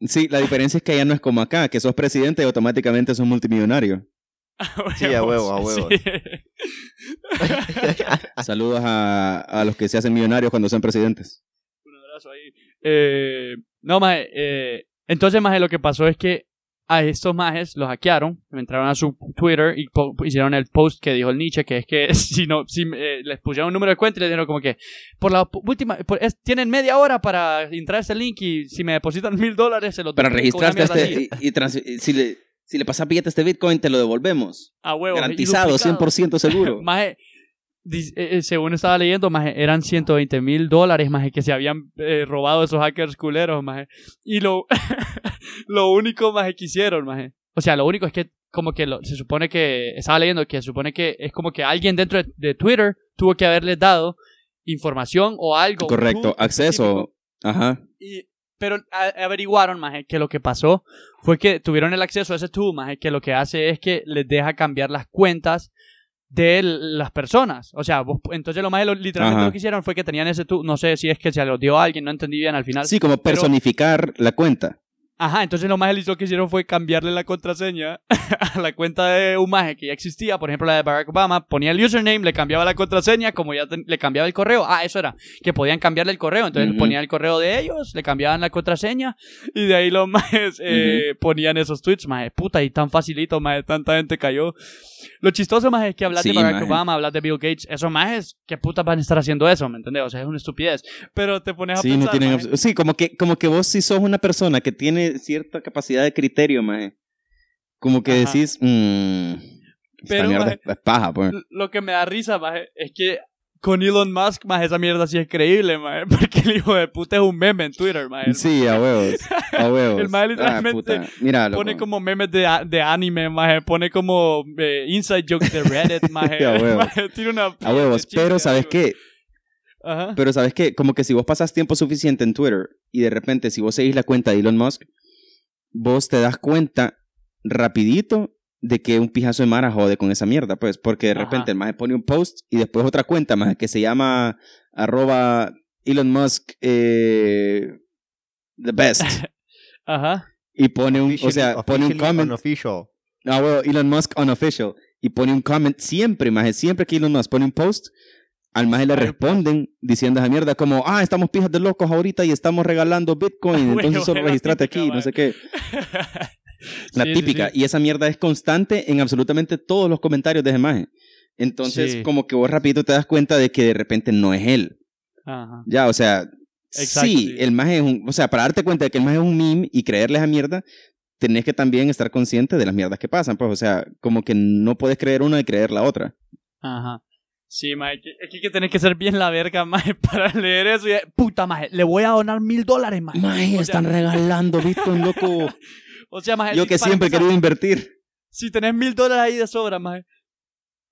B: Sí, la diferencia es que allá no es como acá, que sos presidente y automáticamente sos multimillonario.
C: Sí, a huevo, a huevo.
D: Sí. Ah.
B: Saludos a, a los que se hacen millonarios cuando son presidentes.
D: Un abrazo ahí. Eh, no, maje, eh, entonces, maje, lo que pasó es que a estos majes los hackearon, entraron a su Twitter y po- hicieron el post que dijo el Nietzsche, que es que si no, si eh, les pusieron un número de cuenta y les dijeron como que, por la pu- última, por- es- tienen media hora para entrar a ese link y si me depositan mil dólares se los
B: Para
D: duplico", una
B: registrarte a
D: mierda así.
B: este, y, y trans- y si le, si le pasas billete a este Bitcoin, te lo devolvemos.
D: a huevo, y
B: Garantizado,
D: duplicado.
B: 100% seguro.
D: Maje, dis- eh, eh, según estaba leyendo, maje, eran 120 mil dólares, maje, que se habían eh, robado esos hackers culeros, maje. Y lo, lo único, maje, que hicieron, maje. O sea, lo único es que como que lo- se supone que, estaba leyendo que se supone que es como que alguien dentro de, de Twitter tuvo que haberles dado información o algo. un
B: Correcto,
D: clue específico.
B: acceso. Ajá.
D: Y- pero a- averiguaron, maje, que lo que pasó fue que tuvieron el acceso a ese tubo, maje, que lo que hace es que les deja cambiar las cuentas de l- las personas. O sea, vos, entonces lo más literalmente
B: Ajá.
D: lo que hicieron fue que tenían ese tubo, no sé si es que se lo dio a alguien, no entendí bien al final.
B: Sí, como
D: pero-
B: personificar la cuenta.
D: Ajá, entonces lo más lo que hicieron fue cambiarle la contraseña a la cuenta de un maje que ya existía, por ejemplo la de Barack Obama, ponía el username, le cambiaba la contraseña, como ya ten- le cambiaba el correo. Ah, eso era, que podían cambiarle el correo, entonces
B: Ujú.
D: ponían el correo de ellos, le cambiaban la contraseña y de ahí los majes eh, ponían esos tweets, maje, puta, y tan facilito, maje, tanta gente cayó. Lo chistoso, maje, es que hablas
B: Sí,
D: de Barack
B: maje.
D: Obama, hablas de Bill Gates, esos majes, ¿qué putas van a estar haciendo eso? ¿Me entendés? O sea, es una estupidez. Pero te pones a
B: Sí,
D: pensar,
B: no tienen
D: maje,
B: abs- sí, como que, como que vos si sos una persona que tiene cierta capacidad de criterio, maje. Como que
D: Ajá.
B: decís, mmm,
D: Pero,
B: esta mierda
D: maje,
B: es paja, pues.
D: lo que me da risa, maje, es que con Elon Musk, más esa mierda sí es creíble, maje, porque el hijo de puta es un meme en Twitter, maje.
B: Sí, a huevos. A huevos.
D: El mae
B: Ah,
D: literalmente
B: puta. Mira, loco.
D: Pone como memes de, a- de anime, maje, pone como eh, inside jokes de Reddit, maje.
B: A huevos.
D: Maje, tiene una
B: A huevos.
D: chiste
B: Pero,
D: ahí,
B: ¿sabes
D: güey.
B: qué?
D: Ajá.
B: Pero sabes que, como que si vos pasas tiempo suficiente en Twitter y de repente si vos seguís la cuenta de Elon Musk, vos te das cuenta rapidito de que un pijazo de Mara jode con esa mierda, pues, porque de
D: Ajá.
B: repente el más pone un post y después otra cuenta más que se llama arroba Elon Musk eh, the best
D: Ajá.
B: y pone un, o sea,
C: Officially-
B: pone un
C: officially
B: comment
C: unofficial.
B: Ah, bueno, Elon Musk unofficial. Y pone un comment siempre, maje, siempre que Elon Musk pone un post, al maje le
D: Ay,
B: responden diciendo esa mierda como, ah, estamos pijas de locos ahorita y estamos regalando Bitcoin,
D: Güey,
B: entonces solo
D: güey, la
B: registrate
D: típica,
B: aquí,
D: maje.
B: no sé qué. La
D: Sí, sí,
B: típica.
D: sí.
B: Y esa mierda es constante en absolutamente todos los comentarios de ese maje. Entonces,
D: Sí.
B: como que vos rapidito te das cuenta de que de repente no es él.
D: Ajá.
B: Ya, o sea,
D: Exacto, sí.
B: sí, el maje es un, o sea, para darte cuenta de que el maje es un meme y creerle esa mierda, tenés que también estar consciente de las mierdas que pasan, pues, o sea, como que no puedes creer una y creer la otra.
D: Ajá. Sí, maje, que- es que, que tenés que ser bien la verga, maje, para leer eso. y- puta, maje, le voy a donar mil dólares, maje.
B: Maje,
D: O sea-
B: están regalando Bitcoin, loco.
D: O sea, maje,
B: Yo
D: sí,
B: que
D: para
B: siempre he
D: empezar-
B: querido invertir.
D: si tenés mil dólares ahí de sobra, maje.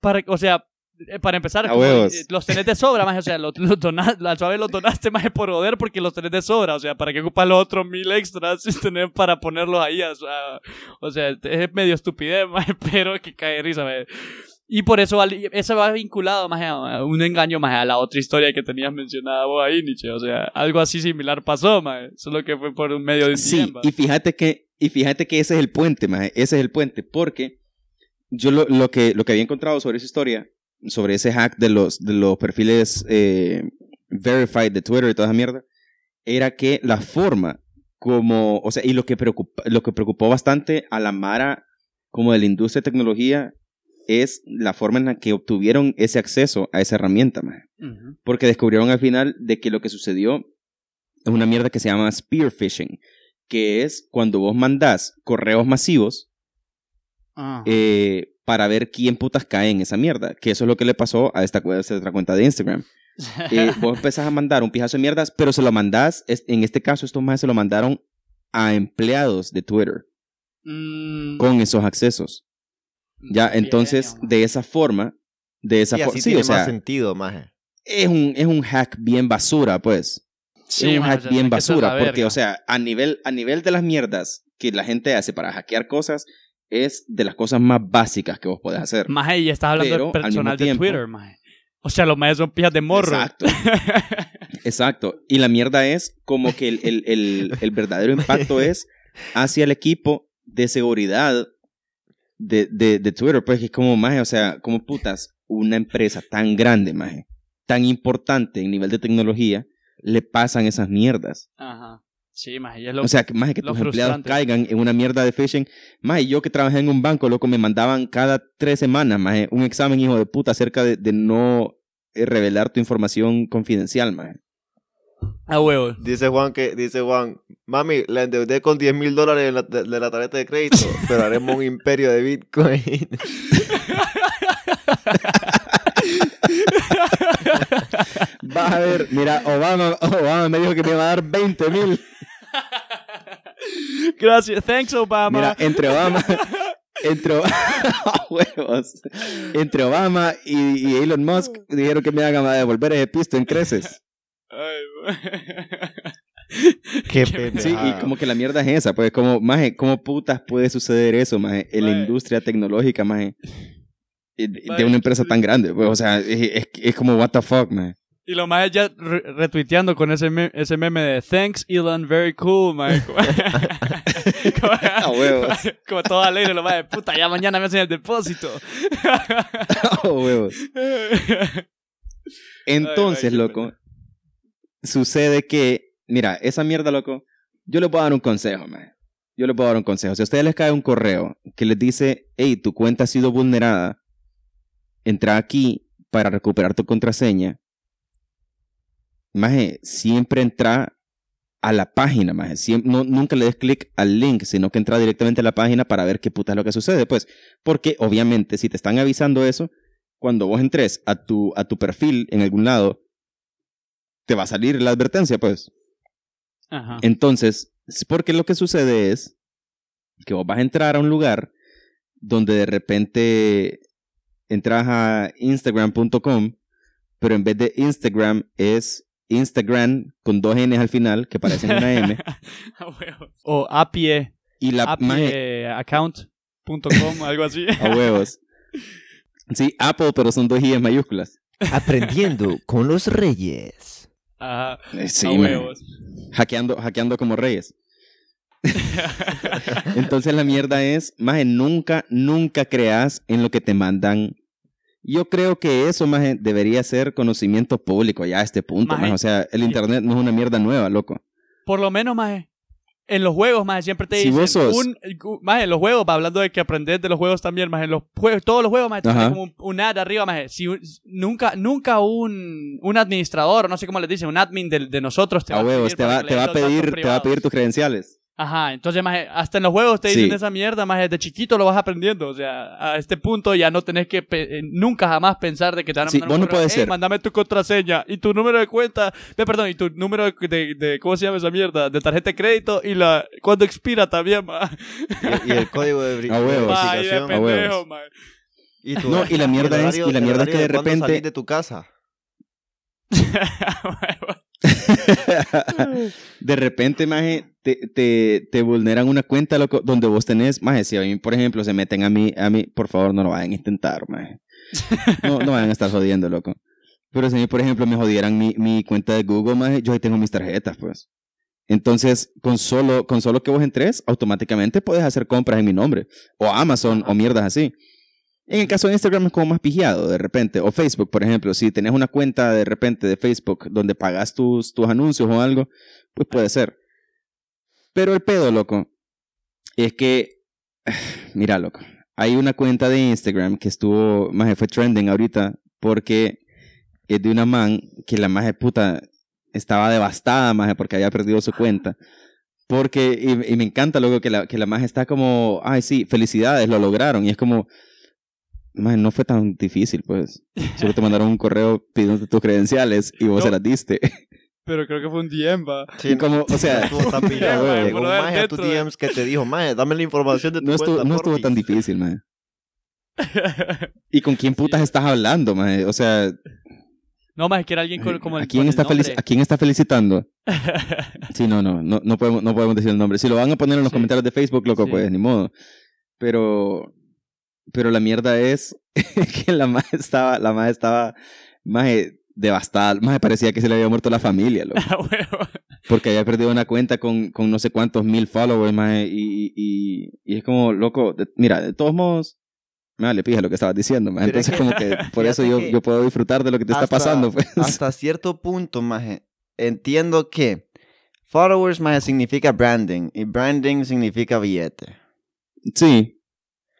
D: Para, o sea, eh, para empezar,
B: A
D: como,
B: huevos.
D: eh, los tenés de sobra, maje. O sea, los, los dona- la suave los donaste, maje, por joder, porque los tenés de sobra. O sea, ¿para qué ocupas los otros mil extras si tenés para ponerlos ahí? O sea, o sea, es medio estupidez, maje, pero que cae de risa, maje. Y por eso al- eso va vinculado más a un engaño más a la otra historia que tenías mencionada vos ahí, Nietzsche. O sea, algo así similar pasó, maje. Solo que fue por un medio de un
B: Sí,
D: tiempo.
B: y fíjate que, y fíjate que ese es el puente, maje, ese es el puente, porque yo lo, lo que, lo que había encontrado sobre esa historia, sobre ese hack de los, de los perfiles eh, verified de Twitter y toda esa mierda, era que la forma como, o sea, y lo que, preocupa, lo que preocupó bastante a la Mara como de la industria de tecnología es la forma en la que obtuvieron ese acceso a esa herramienta, maje
D: Ujú.
B: porque descubrieron al final de que lo que sucedió es una mierda que se llama spear phishing, que es cuando vos mandás correos masivos
D: Ajá.
B: eh, para ver quién putas cae en esa mierda, que eso es lo que le pasó a esta, cu- a esta otra cuenta de Instagram. Eh, vos empezás a mandar un pijazo de mierdas, pero se lo mandás, es- en este caso estos más se lo mandaron a empleados de Twitter
D: Mm.
B: con esos accesos. Ya,
D: Bien,
B: entonces,
D: hombre.
B: de esa forma, de esa
C: Y
B: forma,
C: así
B: sí,
C: tiene
B: o sea,
C: más sentido, maje.
B: es un, es un hack bien basura, pues. es un
D: maje,
B: hack
D: o sea,
B: bien
D: que eso es la
B: basura, porque,
D: verga.
B: o sea, a nivel, a nivel de las mierdas que la gente hace para hackear cosas, es de las cosas más básicas que vos podés hacer.
D: Maje, y estás hablando
B: Pero,
D: del
B: al
D: personal
B: mismo
D: de
B: tiempo-
D: Twitter, maje. O sea, los majes son pijas de morro.
B: Exacto. Exacto. Y la mierda es como que el, el- el- el verdadero impacto es hacia el equipo de seguridad de, de, de Twitter. Pues que es como, maje, o sea, como putas, una empresa tan grande, maje, tan importante en nivel de tecnología, le pasan esas mierdas.
D: Ajá. Sí, maje, y es lo
B: o sea, que más que
D: lo
B: tus empleados
D: frustrante.
B: caigan en una mierda de phishing. Más yo que trabajé en un banco, loco, me mandaban cada tres semanas más un examen, hijo de puta, acerca de, de no eh, revelar tu información confidencial, más.
D: a huevo.
C: Dice Juan que, dice Juan, mami, la endeudé con 10 mil dólares de la, de- de la tarjeta de crédito, pero haremos un imperio de Bitcoin.
B: Vas a ver, mira, Obama, Obama me dijo que me iba a dar 20 mil.
D: Gracias. Thanks, Obama.
B: Mira, entre Obama, entre, Huevos. entre Obama y, y Elon Musk dijeron que me hagan a devolver ese pisto en creces.
C: Qué
B: Sí, y como que la mierda es esa, pues como, maje, ¿cómo putas puede suceder eso, maje? En la
D: Maje.
B: industria tecnológica, maje, eh, de de
D: Maje.
B: una empresa tan grande, pues, o sea, es, es- es como what the fuck, maje.
D: Y lo más es ya re- retuiteando con ese, me- ese meme de Thanks Elon, very cool, man. Como,
B: A huevos.
D: como todo alegre, lo más de puta, ya mañana me hacen el depósito.
B: Oh, huevos. Entonces,
D: qué
B: loco, sucede que, mira, esa mierda, loco, yo les puedo dar un consejo, man. Yo les puedo dar un consejo. Si a ustedes les cae un correo que les dice, hey, tu cuenta ha sido vulnerada, entra aquí para recuperar tu contraseña. Maje, siempre entra a la página, maje. Siem- no- nunca le des clic al link, sino que entra directamente a la página para ver qué puta es lo que sucede, pues. Porque, obviamente, si te están avisando eso, cuando vos entres a tu, a tu perfil en algún lado, te va a salir la advertencia, pues.
D: Ajá.
B: Entonces, es porque lo que sucede es que vos vas a entrar a un lugar donde de repente entras a instagram.com, pero en vez de Instagram es Instagram con dos N al final, que parecen una M,
D: A huevos. o apie,
B: y la maje-
D: apieaccount.com, algo así.
B: a huevos. Sí, Apple, pero son dos I en mayúsculas.
C: Aprendiendo con los reyes.
D: Ajá.
B: Eh, Sí,
D: a
B: maje.
D: huevos.
B: hackeando, hackeando como reyes. Entonces la mierda es, maje, nunca, nunca creas en lo que te mandan. Yo creo que eso, maje, debería ser conocimiento público ya a este punto,
D: Maje.
B: maje. O sea, el internet no es una mierda nueva, loco.
D: Por lo menos, más en los juegos, más siempre te
B: Si
D: dicen.
B: vos sos-
D: Un, más en los juegos, va hablando de que aprender de los juegos también, más en los juegos, todos los juegos, más
B: Ajá.
D: como un, un ad arriba, más si un- nunca, nunca un, un administrador, no sé cómo les dicen, un admin del- de, nosotros te
B: a
D: va a
B: huevos,
D: pedir
B: te
D: para
B: va,
D: que
B: te
D: le
B: va a
D: des los datos
B: pedir, te va a
D: privados.
B: pedir tus credenciales.
D: Ajá, entonces, más hasta en los juegos te dicen
B: Sí.
D: esa mierda, más desde chiquito lo vas aprendiendo. O sea, a este punto ya no tenés que pe- eh, nunca jamás pensar de que te van a
B: Sí,
D: mandar
B: vos
D: un
B: no
D: correo,
B: podés
D: "Ey,
B: ser".
D: Mándame tu contraseña y tu número de cuenta, de, perdón, y tu número de, de- de- ¿cómo se llama esa mierda? De tarjeta de crédito y la, cuando expira también, más.
C: Y, y el código de bri-
B: A huevos.
C: de
D: Ay, de
C: verificación.
B: a huevos.
D: pendejo, ma.
C: Y tu-
B: No, y la mierda
C: el
B: es- y la
C: el
B: mierda es que
C: horario
B: de
C: cuándo
B: repente-
C: salís de tu casa.
B: de repente, maje, te, te, te vulneran una cuenta, loco, donde vos tenés, maje, si a mí, por ejemplo, se meten a mí, a mí, por favor, no lo vayan a intentar, maje. No, no vayan a estar jodiendo, loco. Pero si a mí, por ejemplo, me jodieran mi, mi cuenta de Google, maje, yo ahí tengo mis tarjetas, pues. Entonces, con solo, con solo que vos entres, automáticamente puedes hacer compras en mi nombre. O Amazon, o mierdas así. En el caso de Instagram es como más pijado, de repente. O Facebook, por ejemplo. Si tenés una cuenta de repente de Facebook donde pagas tus, tus anuncios o algo, pues puede ser. Pero el pedo, loco, es que, mira, loco, hay una cuenta de Instagram que estuvo, más fue trending ahorita, porque es de una man que la más puta estaba devastada, más porque había perdido su cuenta. Porque, y, y me encanta, loco, que la, que la maje está como, ay, sí, felicidades, lo lograron. Y es como, maje, no fue tan difícil, pues. Solo te mandaron un correo pidiéndote tus credenciales y vos
D: No.
B: se las diste.
D: Pero creo que fue un DM, va.
C: Sí,
B: Y como, o sea,
C: no estuvo tan pillado.
B: huevo.
C: Llegó un
D: Por haber
C: maje a tus
D: dentro de-
C: DMs que te dijo, maje, dame la información de tu
B: no estuvo,
C: cuenta,
B: no estuvo
C: porfis".
B: tan difícil, man. ¿Y con quién putas estás hablando, man? O sea,
D: No, más que era alguien con, como el,
B: ¿a, quién
D: con el
B: está felici-
D: nombre.
B: ¿a quién está felicitando? Sí, no, no, no, no podemos, no podemos decir el nombre. Si lo van a poner en los
D: Sí.
B: comentarios de Facebook, loco,
D: Sí.
B: pues ni modo. Pero, pero la mierda es que la madre estaba, la madre estaba más devastada, más parecía que se le había muerto la familia, loco.
D: A huevo.
B: Porque había perdido una cuenta con, con no sé cuántos mil followers, más y, y, y es como, loco, de- mira, de todos modos, me vale pija lo que estabas diciendo, maje.
C: Pero es
B: entonces como que por eso
C: fíjate
B: yo,
C: que
B: yo puedo disfrutar de lo que te está
C: hasta-
B: pasando, pues.
C: Hasta cierto punto, maje, entiendo que followers, maje, significa branding. Y branding significa billete.
B: Sí,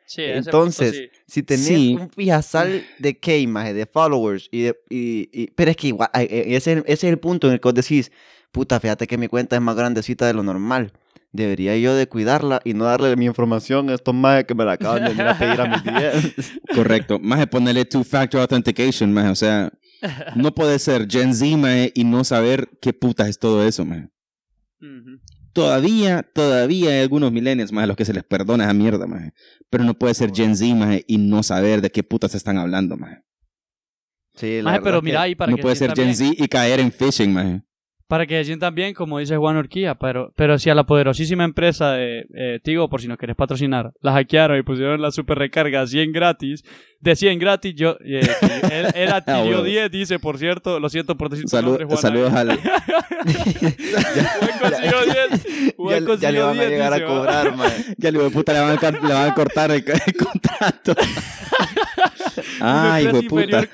D: Sí, ese
C: Entonces,
D: punto
C: si tenés
B: Sí.
C: un fijasal de qué imagen, de followers, y de- y- y- pero es que igual, ay, eh, ese, es el- ese es el punto en el que vos decís, puta, fíjate que mi cuenta es más grandecita de lo normal. Debería yo de cuidarla y no darle mi información a estos majes que me la acaban de venir a pedir a mis días.
B: correcto. Más ponerle two-factor authentication, más o sea, no puede ser Gen Z, maje, y no saber qué putas es todo eso, más
D: sí. Ujú.
B: Todavía, todavía hay algunos millennials más a los que se les perdona esa mierda, más. Pero no puede ser Gen Z, más, y no saber de qué putas están hablando, más.
C: Sí, la
D: Maje,
C: verdad
D: pero
C: es que-
D: mira ahí para
B: No
D: que
B: puede
D: se
B: ser
D: sientan
B: Gen
D: bien.
B: Z y caer en phishing, más.
D: Para que se sientan bien, como dice Juan Orquía, pero, pero si a la poderosísima empresa de eh, Tigo, por si nos querés patrocinar, la hackearon y pusieron la super recarga 100 gratis, de 100 gratis, yo, eh, que él, él
B: Ah,
D: adquirió
B: huevo.
D: 10, dice, por cierto, lo siento por decir tu
B: Salud-
D: nombre, Juan.
B: saludos al.
D: Juan
C: ya,
D: consiguió 10, Juan
C: ya le
D: consiguió
C: van a
D: 10,
C: llegar a
D: dice, "Ah, ¿va?
C: cobrar, mae.
B: Ya le hijo de puta le van a, car- le van a cortar el, el contrato. Ay,
D: una,
B: hijo
D: empresa
B: de puta.
D: inferior,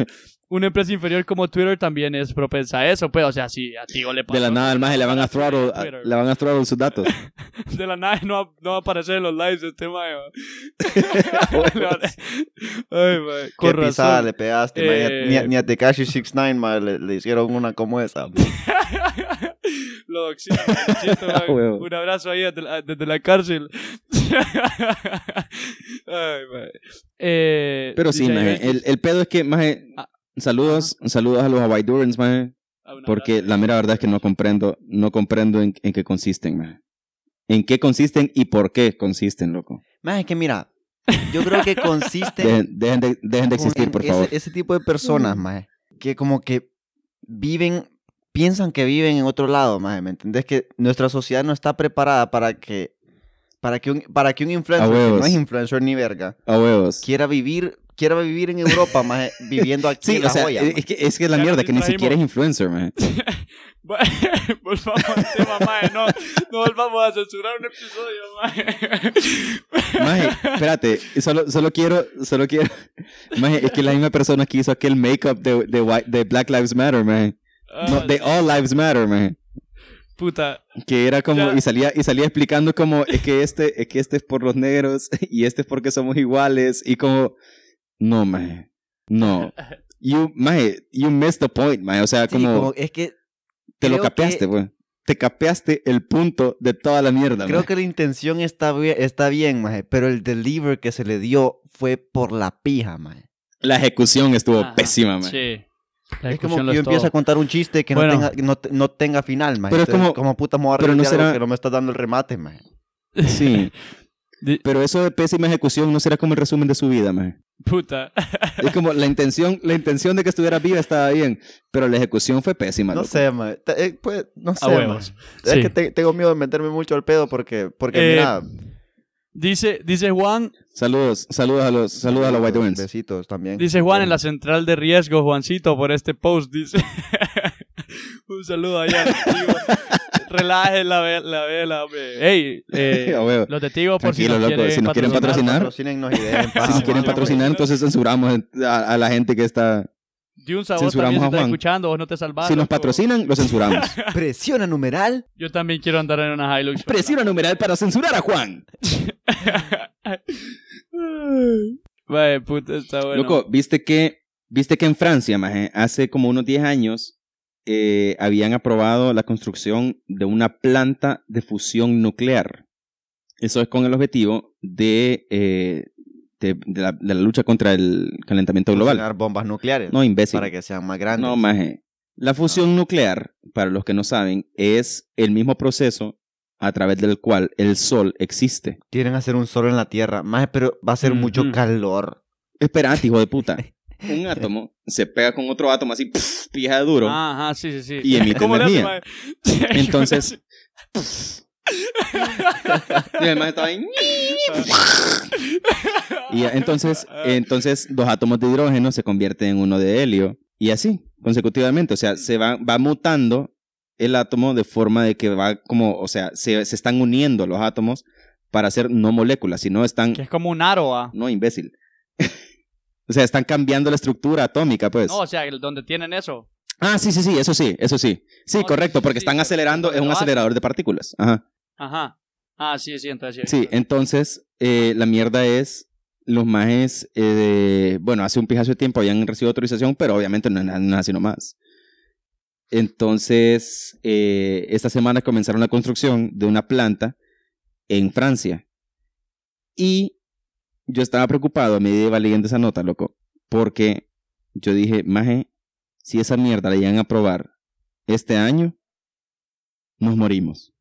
D: una empresa inferior como Twitter también es propensa a eso, pues, o sea, si a Tigo le pasó,
B: De la nada al maje le van a throttle, a-
D: Twitter.
B: le van a throttle sus datos.
D: de la nada no va, no va a aparecer en los lives de este mayo. Ay, mae,
C: Ah, Qué
D: con
C: pisada
D: razón.
C: le pegaste, mae. Ni a-
D: Eh,
C: Ni, a, ni a Tekashi 69, mae, le, le hicieron una como esa.
D: Lo doxiaron, lo siento,
B: Ah,
D: mae.
B: huevo.
D: Un abrazo ahí desde la, desde la cárcel. Ay, mae. Eh,
B: Pero sí,
D: dice
B: maje,
D: Abel-
B: el, el pedo es que, maje,
D: Ah.
B: saludos, saludos a los Hawaii Durans, maje,
D: Ah, un
B: porque
D: abrazo.
B: la mera verdad es que no comprendo, no comprendo en, en qué consisten, maje. En qué consisten y por qué consisten, loco.
C: Mae, es que mira, yo creo que consiste
B: Dejen, dejen de, dejen de
C: con
B: existir, por
C: ese,
B: favor.
C: ese tipo de
D: Mm.
C: personas, mae, que como que viven, piensan que viven en otro lado, mae, ¿me entendés? Que nuestra sociedad no está preparada para que, para que un, para que un influencer, que
B: huevos.
C: no es influencer ni verga,
B: A huevos.
C: quiera vivir, quiera vivir en Europa, mae, viviendo aquí
B: Sí,
C: en la
B: o sea, eh,
C: joya. mae.
B: es que, es que la
D: Ya nos
B: mierda, que ni
D: distraímos.
B: siquiera es influencer, maje.
D: Volvamos al tema, mae. No, no volvamos a censurar un episodio, mae.
B: Maje, espérate, solo, solo quiero, solo quiero. Maje, es que la misma persona que hizo aquel make-up de, de, White- de Black Lives Matter, maje. No,
D: Ah,
B: de All Lives Matter, maje.
D: Puta.
B: Que era como,
D: Ya.
B: y salía, y salía explicando como, es que este, es que este es por los negros, y este es porque somos iguales, y como, no, maje, no. You, maje, you missed the point, maje, o sea,
C: Sí,
B: como,
C: como- es que
B: te lo
C: creo que-
B: capeaste, pues. Te capeaste el punto de toda la mierda,
C: Creo
B: maje.
C: que la intención está bien, está bien, maje, pero el deliver que se le dio fue por la pija, maje.
B: La ejecución estuvo
D: Ajá,
B: pésima, maje.
D: Sí. La
C: Es como
D: discusión
C: que yo
D: lo es
C: empiezo
D: todo.
C: a contar un chiste que no
D: Bueno.
C: tenga- no, te- no tenga final, maje.
B: Pero es
C: Entonces,
B: como-
C: puta me voy a
B: pero no
C: arrepentir algo
B: será-
C: que no me estás dando el remate, maje.
B: Sí.
D: Di-
B: Pero eso de pésima ejecución no será como el resumen de su vida, maje.
D: Puta.
B: Es como la intención, la intención de que estuviera viva estaba bien, pero la ejecución fue pésima.
C: No
B: loco.
C: sé, maje. Te- eh, pues, no sé,
D: huevos.
C: maje. Es
D: Sí.
C: que te- tengo miedo de meterme mucho al pedo porque, porque
D: Eh,
C: mira...
D: Dice, dice Juan,
B: Saludos, saludos a los, saludos a los White Wings.
C: Besitos también.
D: dice Juan en la central de riesgo, Juancito, por este post, dice. Un saludo allá. testigo. Relaje la, ve- la vela, hombre. Ey, eh,
B: A huevo.
D: los testigos por si
B: Tranquilo,
D: nos,
B: loco,
D: quieren,
B: si nos quieren
D: patrocinar.
B: patrocinar.
C: Patrocínenos y dejen
B: Si
C: paz,
B: nos quieren
C: maje.
B: patrocinar, entonces censuramos a, a la gente que está.
D: Junsa, vos
B: Censuramos
D: también
B: a
D: si estás
B: Juan.
D: escuchando, vos no te salvás.
B: Si nos
D: loco.
B: patrocinan, lo censuramos.
C: Presiona numeral.
D: Yo también quiero andar en una Hilux.
B: Presiona numeral para censurar a Juan.
D: Vaya, puta, está bueno.
B: Loco, viste que, viste que en Francia, maje, hace como unos 10 años, eh, habían aprobado la construcción de una planta de fusión nuclear. Eso es con el objetivo de, eh, de, de la, de la lucha contra el calentamiento global.
C: Funcionar bombas nucleares.
B: No, imbécil.
C: Para que Ah. sean más grandes.
B: No, maje. La fusión nuclear, para los que no saben, es el mismo proceso a través del cual el sol existe.
C: Quieren hacer un sol en la Tierra. Maje, pero va a ser mucho
D: Ujú.
C: calor.
B: Esperate, hijo de puta. Un átomo se pega con otro átomo así, pf, pija de duro.
D: Ajá, sí, sí, sí.
B: Y emite
D: ¿Cómo le hace,
B: energía.
D: mae?
B: Entonces- Y además estaba ahí. Y ya, entonces,
D: Ah,
B: entonces dos átomos de hidrógeno se convierten en uno de helio. Y así, consecutivamente. O sea, se va, va mutando el átomo de forma de que va como, o sea, se, se están uniendo los átomos para hacer no moléculas, sino están.
D: que es como un aro, ah.
B: No, imbécil. o sea, están cambiando la estructura atómica, pues.
D: No, o sea, el- donde tienen eso.
B: Ah, sí, sí, sí, eso sí, eso sí. Sí,
D: No,
B: correcto,
D: sí,
B: porque
D: sí,
B: están
D: pero-
B: acelerando,
D: pero
B: es un
D: lo hacen.
B: acelerador de partículas. Ajá.
D: Ajá. Ah, sí, sí, entonces
B: Sí, entonces eh, la mierda es los majes, eh, de- bueno, hace un pijazo de tiempo habían recibido autorización, pero obviamente no es nada, nada sino más. Entonces, eh, esta semana comenzaron la construcción de una planta en Francia. Y yo estaba preocupado a medida que iba leyendo esa nota, loco, porque yo dije, maje, si esa mierda la llegan a probar este año, nos morimos.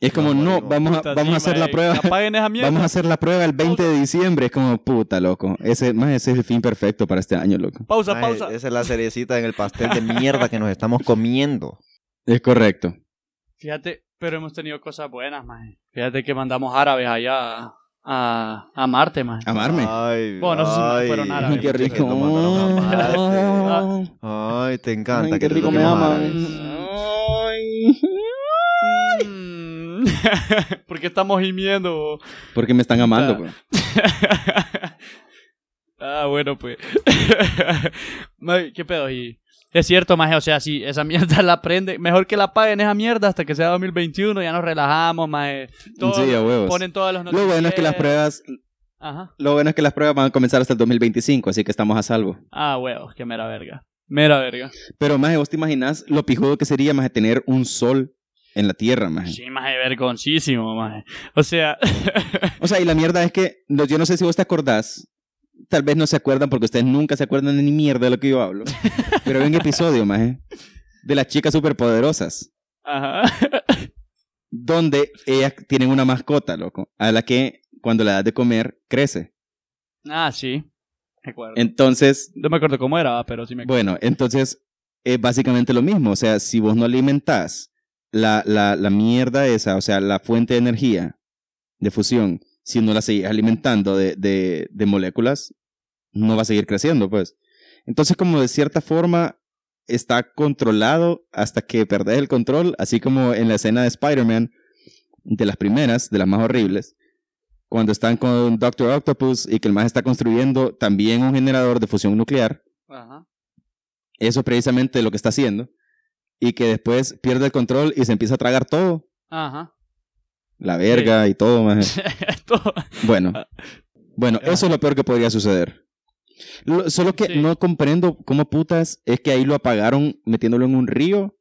B: Es como,
C: No,
B: no,
C: no,
B: vamos a,
D: Puta,
B: vamos a
D: sí,
B: hacer la
D: mae,
B: prueba.
D: Apaguen esa mierda.
B: Vamos a hacer la prueba el 20 de diciembre. Es como, puta, loco. Ese, más ese es el fin perfecto para este año, loco.
D: Pausa,
C: Ay,
D: pausa.
C: Esa es la cerecita en el pastel de mierda que nos estamos comiendo.
B: Es correcto.
D: Fíjate, pero hemos tenido cosas buenas, maje. Fíjate que mandamos árabes allá a, a, a Marte, maje.
B: Amarme.
C: Ay,
D: Bueno, no sé si
C: ay,
D: fueron
B: Ay,
D: árabes.
B: qué rico.
C: Ah, Lo mandaron a Marte.
B: Ah.
C: Ay, te encanta.
B: Ay,
C: que
B: qué
C: te
B: rico me
C: toquen
B: ama.
C: árabes.
B: Ah.
D: Mm. ¿Por qué estamos gimiendo? bo?
B: Porque me están amando, pues. güey.
D: ah, bueno, pues. Mae, ¿Qué pedo? Y es cierto, maje, o sea, si esa mierda la prende, mejor que la paguen esa mierda hasta que sea 2021, ya nos relajamos, maje. Todos
B: Sí, a huevos.
D: ponen todas las noticias.
B: Lo bueno es que las pruebas,
D: Ajá.
B: lo bueno es que las pruebas van a comenzar hasta el 2025, así que estamos a salvo.
D: Ah, huevos, qué mera verga. Mera verga.
B: Pero más, vos te imaginas lo pijudo que sería más tener un sol en la tierra, más.
D: Sí, maje, vergoncísimo, maje. O sea,
B: O sea, y la mierda es que no- yo no sé si vos te acordás. Tal vez no se acuerdan porque ustedes nunca se acuerdan ni mierda de lo que yo hablo. Pero hay un episodio, más, de las chicas superpoderosas,
D: ajá.
B: donde ellas tienen una mascota, loco, a la que cuando la das de comer crece.
D: Ah, sí. Recuerdo.
B: Entonces,
D: No me acuerdo cómo era, pero sí me acuerdo.
B: Bueno, entonces es básicamente lo mismo. O sea, si vos no alimentás la, la, la mierda esa, o sea, la fuente de energía de fusión, si no la seguís alimentando de, de, de moléculas, no va a seguir creciendo, pues. Entonces, como de cierta forma está controlado hasta que perdés el control, así como en la escena de Spider-Man, de las primeras, de las más horribles, cuando están con Doctor Octopus y que el más está construyendo también un generador de fusión nuclear,
D: Ajá.
B: eso es precisamente lo que está haciendo. Y que después pierde el control y se empieza a tragar todo.
D: Ajá.
B: La verga y todo, maje.
D: Todo-
B: Bueno.
D: Ah.
B: Bueno,
D: Ajá.
B: eso es lo peor que podría suceder. Lo- solo que
D: Ah. Sí.
B: no comprendo cómo putas es que ahí lo apagaron metiéndolo en un río.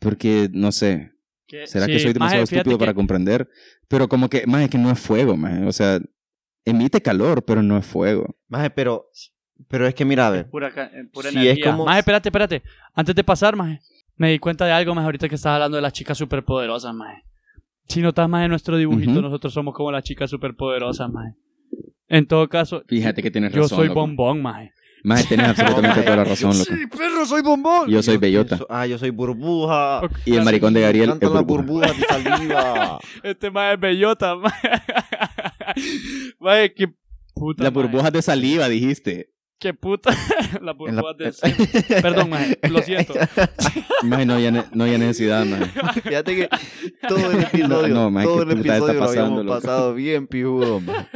B: Porque, no sé,
D: que-
B: será
D: sí,
B: que soy demasiado
D: maje, fíjate
B: estúpido
D: que-
B: para comprender. Pero como que, más es que no es fuego, más. O sea, emite calor, pero no es fuego.
C: Maje, pero, pero es que mira, a ver.
D: Pura, ca- eh, pura
C: Sí, es
D: energía.
C: como-
D: Maje, espérate, espérate. Antes de pasar, maje, me di cuenta de algo, maje, ahorita que estás hablando de las chicas superpoderosas, maje. Si notas, maje, en nuestro dibujito,
B: Ujú.
D: nosotros somos como las chicas superpoderosas, maje. En todo caso,
B: Fíjate que tienes
D: yo
B: razón.
D: soy
B: loco.
D: bombón, maje.
B: Maje, tienes absolutamente
C: No,
B: toda la
C: maje.
B: razón, loco.
D: perro, soy bombón.
B: Yo soy bellota.
C: pienso- ah, yo soy burbuja.
D: Ok,
B: Y el maricón de Gabriel
C: Canta
B: es
C: la
B: burbuja.
C: burbuja de saliva.
D: Este maje es bellota, maje. Maje, qué puta,
B: Las
D: maje.
B: burbujas de saliva, dijiste.
D: Qué puta. La
C: En la-
D: burbuja de Perdón, maje, lo siento.
B: Maje, no había, ne- no había necesidad, maje.
C: Fíjate que todo el episodio,
B: No, maje,
C: todo
B: qué
C: el
B: puta está
C: episodio lo
B: pasando,
C: habíamos
B: loco.
C: pasado bien pijudo, maje.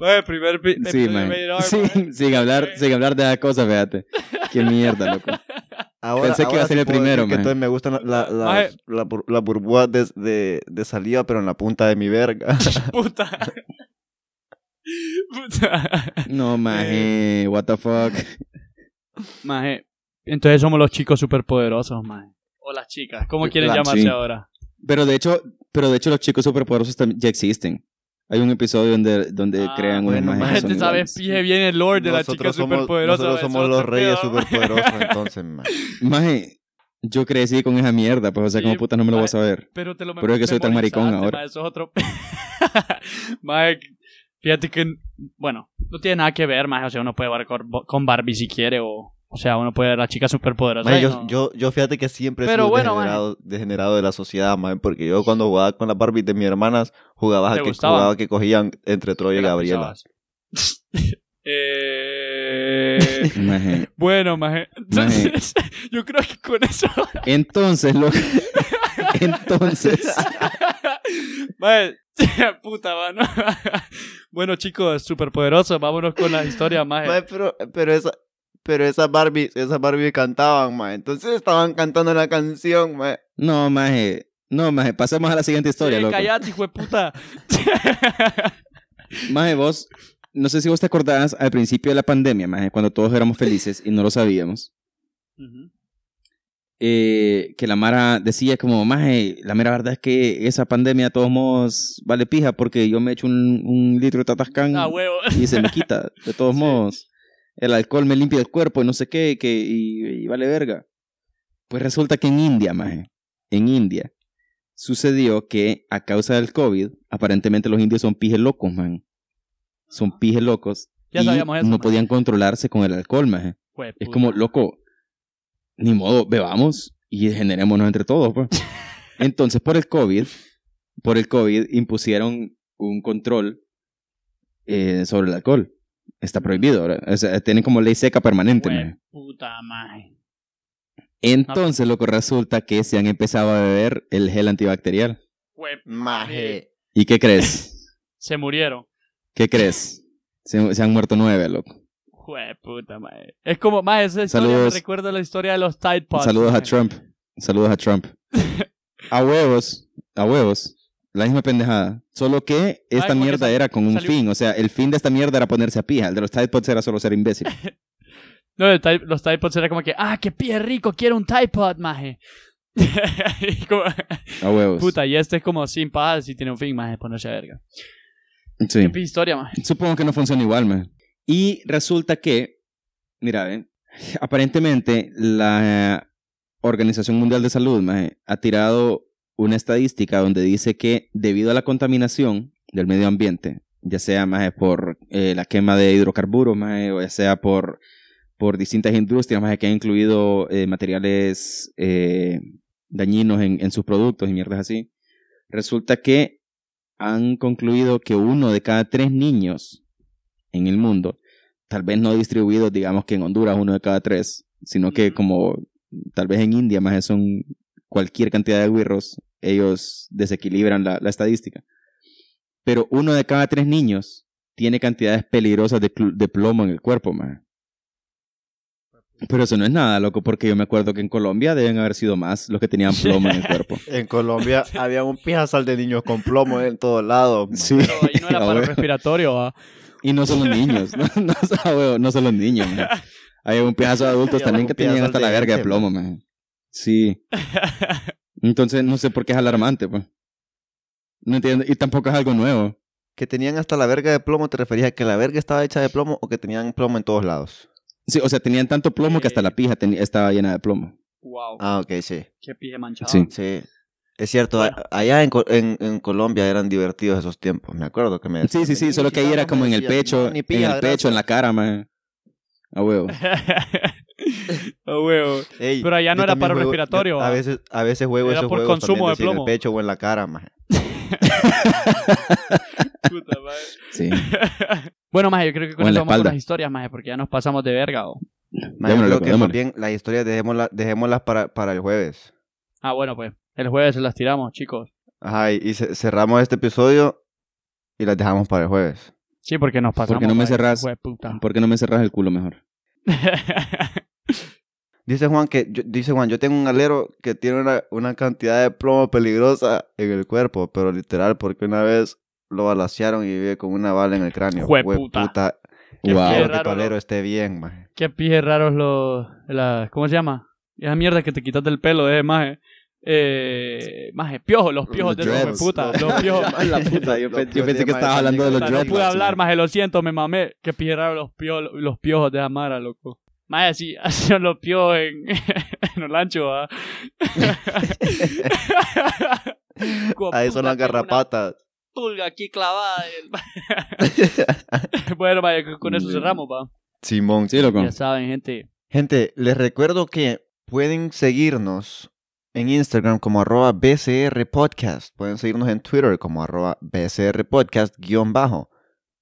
D: Maje, primer pi-
B: Sí,
D: episodio de
B: maje.
D: Made in Arm,
B: Sí,
D: maje.
B: sin hablar,
D: Sí.
B: sin hablar de esa cosa, fíjate. Qué mierda, loco.
C: Ahora,
B: Pensé que iba a
C: ahora
B: ser
C: sí
B: el
C: puedo
B: primero, maje.
C: decir que entonces me gustan la- la- las-
D: Maje.
C: la bur- las burbujas de, de, de saliva, pero en la punta de mi verga.
D: Puta. Puta.
B: No,
D: Eh.
B: maje, what the fuck.
D: Maje, entonces somos los chicos superpoderosos, maje. O las chicas, ¿cómo quieren
B: La-
D: llamarse
B: sí.
D: ahora?
B: Pero de hecho, pero de hecho los chicos superpoderosos tam- ya existen. Hay un episodio donde, donde
D: Ah,
B: crean una
C: bueno,
B: imagen.
C: maje,
B: que
D: Maje,
B: son
D: te sabes,
B: iguales.
D: pije bien el lore de las
C: Nosotros
D: chicas
C: somos-
D: superpoderosas.
C: Nosotros
D: eso
C: somos
D: es
C: los
D: otro
C: reyes
D: pedo.
C: superpoderosos, entonces, maje.
B: Maje, yo crecí con esa mierda, pues, o sea,
D: Sí,
B: como puta no me lo voy a
D: maje.
B: saber.
D: Pero te lo
B: Pero es que soy tan
D: memorizaste,
B: maricón ahora.
D: maje, eso es otro... maje, fíjate que... Bueno, no tiene nada que ver, maje. O sea, uno puede ver con con Barbie si quiere o... O sea, uno puede ver a las chicas superpoderosas.
C: Maje,
D: y
C: yo,
D: no-
C: yo, yo fíjate que siempre he
D: Pero
C: sido
D: bueno,
C: degenerado, degenerado de la sociedad, maje, porque yo cuando jugaba con las Barbies de mis hermanas, jugaba a
D: ¿Te
C: que,
D: gustaba?
C: jugaba que cogían entre Troya y
D: Te la
C: Gabriela.
D: pensabas. eh...
B: Maje.
D: Bueno, maje.
B: Maje.
D: Entonces, yo creo que con eso.
B: Entonces, loco. Entonces.
D: maje, puta, mano. bueno, chicos, superpoderosos. Vámonos con la historia, maje.
C: Mae, pero, pero esa... Pero esas Barbies, esas Barbies cantaban, mae. Entonces estaban cantando la canción, mae.
B: No, maje. No, maje. Pasemos a la siguiente historia,
D: Sí,
B: loco.
D: Callate, hijo de puta.
B: Maje, vos, no sé si vos te acordás al principio de la pandemia, Maje, cuando todos éramos felices y no lo sabíamos,
D: Ujú.
B: eh, que la Mara decía como, Maje, la mera verdad es que esa pandemia de todos modos vale pija porque yo me echo un, un litro de tatascán
D: ah, huevo.
B: y se me quita, de todos
D: Sí.
B: modos. El alcohol me limpia el cuerpo y no sé qué, que, y, y vale verga. Pues resulta que en India, Maje, en India, sucedió que a causa del COVID, aparentemente los indios son pije locos, man. Son pije locos.
D: Ya
B: y
D: sabíamos eso.
B: no
D: man.
B: podían controlarse con el alcohol, man.
D: Jue
B: Es
D: puta.
B: como, loco, ni modo, bebamos y generémonos entre todos, pues. Entonces, por el COVID, por el COVID impusieron un control eh, sobre el alcohol. Está prohibido, ahora. O sea, tienen como ley seca permanente,
D: Jue
B: man.
D: puta madre.
B: Entonces, loco, resulta que se han empezado a beber el gel antibacterial.
D: Jue-
C: Maje.
B: ¿Y qué crees?
D: Se murieron.
B: ¿Qué crees? Se, se han muerto nueve, loco.
D: Jue puta madre. Es como, más esa historia
B: Saludos.
D: me recuerda la historia de los Tide Pods.
B: Saludos a
D: maje.
B: Trump. Saludos a Trump. A huevos, a huevos. La misma pendejada. Solo que esta
D: porque
B: mierda
D: sal-
B: era con un
D: salió-
B: fin. O sea, el fin de esta mierda era ponerse a pija. El de los Tide Pods era solo ser imbécil.
D: No, el Tide- los Tide Pods era como que, ah, qué pie rico, quiero un Tide Pod, maje. Y como-
B: A huevos.
D: puta, y este es como sin paz, si tiene un fin, maje, ponerse a verga.
B: Sí.
D: Qué pi- historia, maje.
B: Supongo que no funciona igual, man. Y resulta que, mira, eh, aparentemente la eh, Organización Mundial de Salud maje, ha tirado una estadística donde dice que debido a la contaminación del medio ambiente, ya sea maje, por eh, la quema de hidrocarburos, maje, o ya sea por, por distintas industrias maje, que han incluido eh, materiales eh, dañinos en, en sus productos y mierdas así, resulta que han concluido que uno de cada tres niños en el mundo, tal vez no distribuidos, digamos que en Honduras uno de cada tres, sino que
D: Ujú.
B: como tal vez en India más son cualquier cantidad de guirros, ellos desequilibran la, la estadística. Pero uno de cada tres niños tiene cantidades peligrosas de, cl- de plomo en el cuerpo, más. Pero eso no es nada, loco, porque yo me acuerdo que en Colombia deben haber sido más los que tenían plomo en el cuerpo.
C: En Colombia había un pijazal de niños con plomo en todos lados. ma.
B: Sí.
D: Pero ahí no era
B: a
D: para
B: huevo.
D: respiratorio, ¿va?
B: Y no solo niños, no, no, solo- a huevo, no solo niños, man. Hay un pedazo de adultos
C: Hay
B: también
C: un
B: que tenían
C: pedazo
B: hasta la
C: de
B: verga de
C: gente,
B: plomo, man. Sí. Entonces no sé por qué es alarmante, pues. No entiendo, y tampoco es algo nuevo.
C: Que tenían hasta la verga de plomo, ¿te referías a que la verga estaba hecha de plomo o que tenían plomo en todos lados?
B: Sí, o sea, tenían tanto plomo que hasta la pija teni- estaba llena de plomo.
D: Wow,
C: Ah, ok, sí.
D: qué pie manchado.
B: Sí.
C: Sí. Es cierto, a-
D: Bueno.
C: allá en, Co- en- en Colombia eran divertidos esos tiempos, me acuerdo que me
B: Sí, sí, sí, solo que ahí era como en el pecho, en el pecho, en la cara, man. A huevo.
D: A huevo. Pero allá no era para respiratorio,
C: a
D: ¿va?
C: veces, a veces juego
D: Era
C: esos
D: por
C: juegos
D: consumo
C: también
D: de
C: sí, en
D: plomo.
C: el pecho o en la cara, maje.
D: Puta madre.
B: Sí.
D: Bueno, maje, yo creo que con
B: O en
D: eso
B: la
D: vamos con
B: espalda.
D: las historias, maje, porque ya nos pasamos de verga. ¿o?
C: Maje,
B: Démosle,
C: yo creo
B: loco,
C: que
B: démosle.
C: más bien las historias dejémosla- dejémoslas para, para el jueves.
D: Ah, bueno, pues. El jueves se las tiramos, chicos.
C: Ajá, y, y ce- cerramos este episodio y las dejamos para el jueves.
D: Sí, porque nos pasamos.
B: no me
D: maje,
B: cerrás?
D: jue puta.
B: ¿Por qué no me cerras el culo mejor?
C: Dice Juan que yo, dice Juan, yo tengo un alero que tiene una, una cantidad de plomo peligrosa en el cuerpo, pero literal porque una vez lo balacearon y vive con una bala en el cráneo.
D: Jue
C: Jue
D: puta.
C: puta,
D: Qué
B: Wow.
D: piedra.
C: Espero que
D: raro,
C: tu alero
D: ¿no?
C: esté bien, maje.
D: Qué pije raros los. la- ¿Cómo se llama? Esa mierda que te quitas del pelo, eh, maje. Eh, maje, piojos, los piojos de los
B: dreads.
D: hueputa. Los piojos.
B: La puta, yo pe- yo pensé que estabas hablando de los
D: Puta, no
B: dreadlocks,
D: pude hablar,
C: más
D: maje, lo siento, me mamé. Qué pije raro los, pio- los piojos de Amara, loco. Maje, así, así son los piojos en, en el ancho, ¿ah?
C: Ahí son las
D: Puta, tengo una-
C: garrapatas.
D: pulga aquí clavada. bueno, vaya, con- con eso cerramos, pa.
C: Simón.
B: Sí, loco.
D: Ya saben, gente.
C: Gente, les recuerdo que pueden seguirnos en Instagram como arroba BCR Podcast. Pueden seguirnos en Twitter como arroba BCR Podcast guión bajo.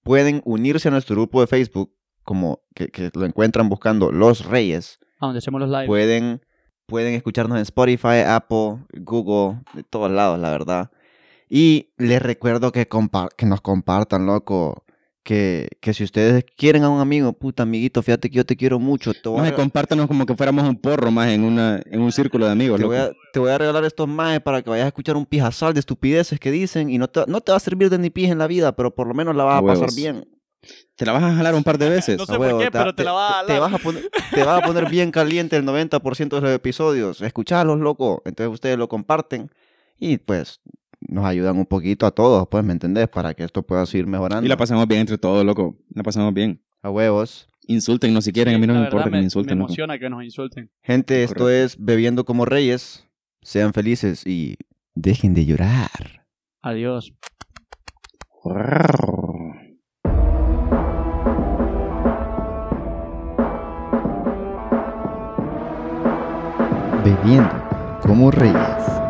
C: Pueden unirse a nuestro grupo de Facebook como que, que lo encuentran buscando Los Reyes.
D: A donde hacemos los lives.
C: Pueden, pueden escucharnos en Spotify, Apple, Google, de todos lados, la verdad. Y les recuerdo que, compa- que nos compartan, loco. Que, que si ustedes quieren a un amigo, puta amiguito, fíjate que yo te quiero mucho. Te voy a
B: Maje,
C: regalar-
B: compártanos como que fuéramos un porro más en, una, en un círculo de amigos,
C: Te voy,
B: loco.
C: a, te voy a regalar estos maes para que vayas a escuchar un pijazal de estupideces que dicen y no te, no te va a servir de ni pija en la vida, pero por lo menos la vas a
B: Huevos.
C: pasar bien.
B: Te la vas a jalar un par de veces.
D: No sé
C: A
D: por qué,
C: te-
D: pero te la vas
C: te-
D: a
C: te
D: jalar.
C: vas a poner Te vas a poner bien caliente el 90% de los episodios. Escuchalos, loco. Entonces ustedes lo comparten y pues nos ayudan un poquito a todos, pues, ¿me entendés? Para que esto pueda seguir mejorando.
B: Y la pasamos bien entre todos, loco. La pasamos bien.
C: a huevos.
B: Insulten, no si quieren, a mí no
D: La
B: me
D: verdad,
B: importa que me
D: Me
B: insulten. loco.
D: emociona que nos insulten.
C: Gente, esto
B: Correcto.
C: es Bebiendo como Reyes. Sean felices y
E: Dejen de llorar.
D: Adiós.
E: Bebiendo como reyes.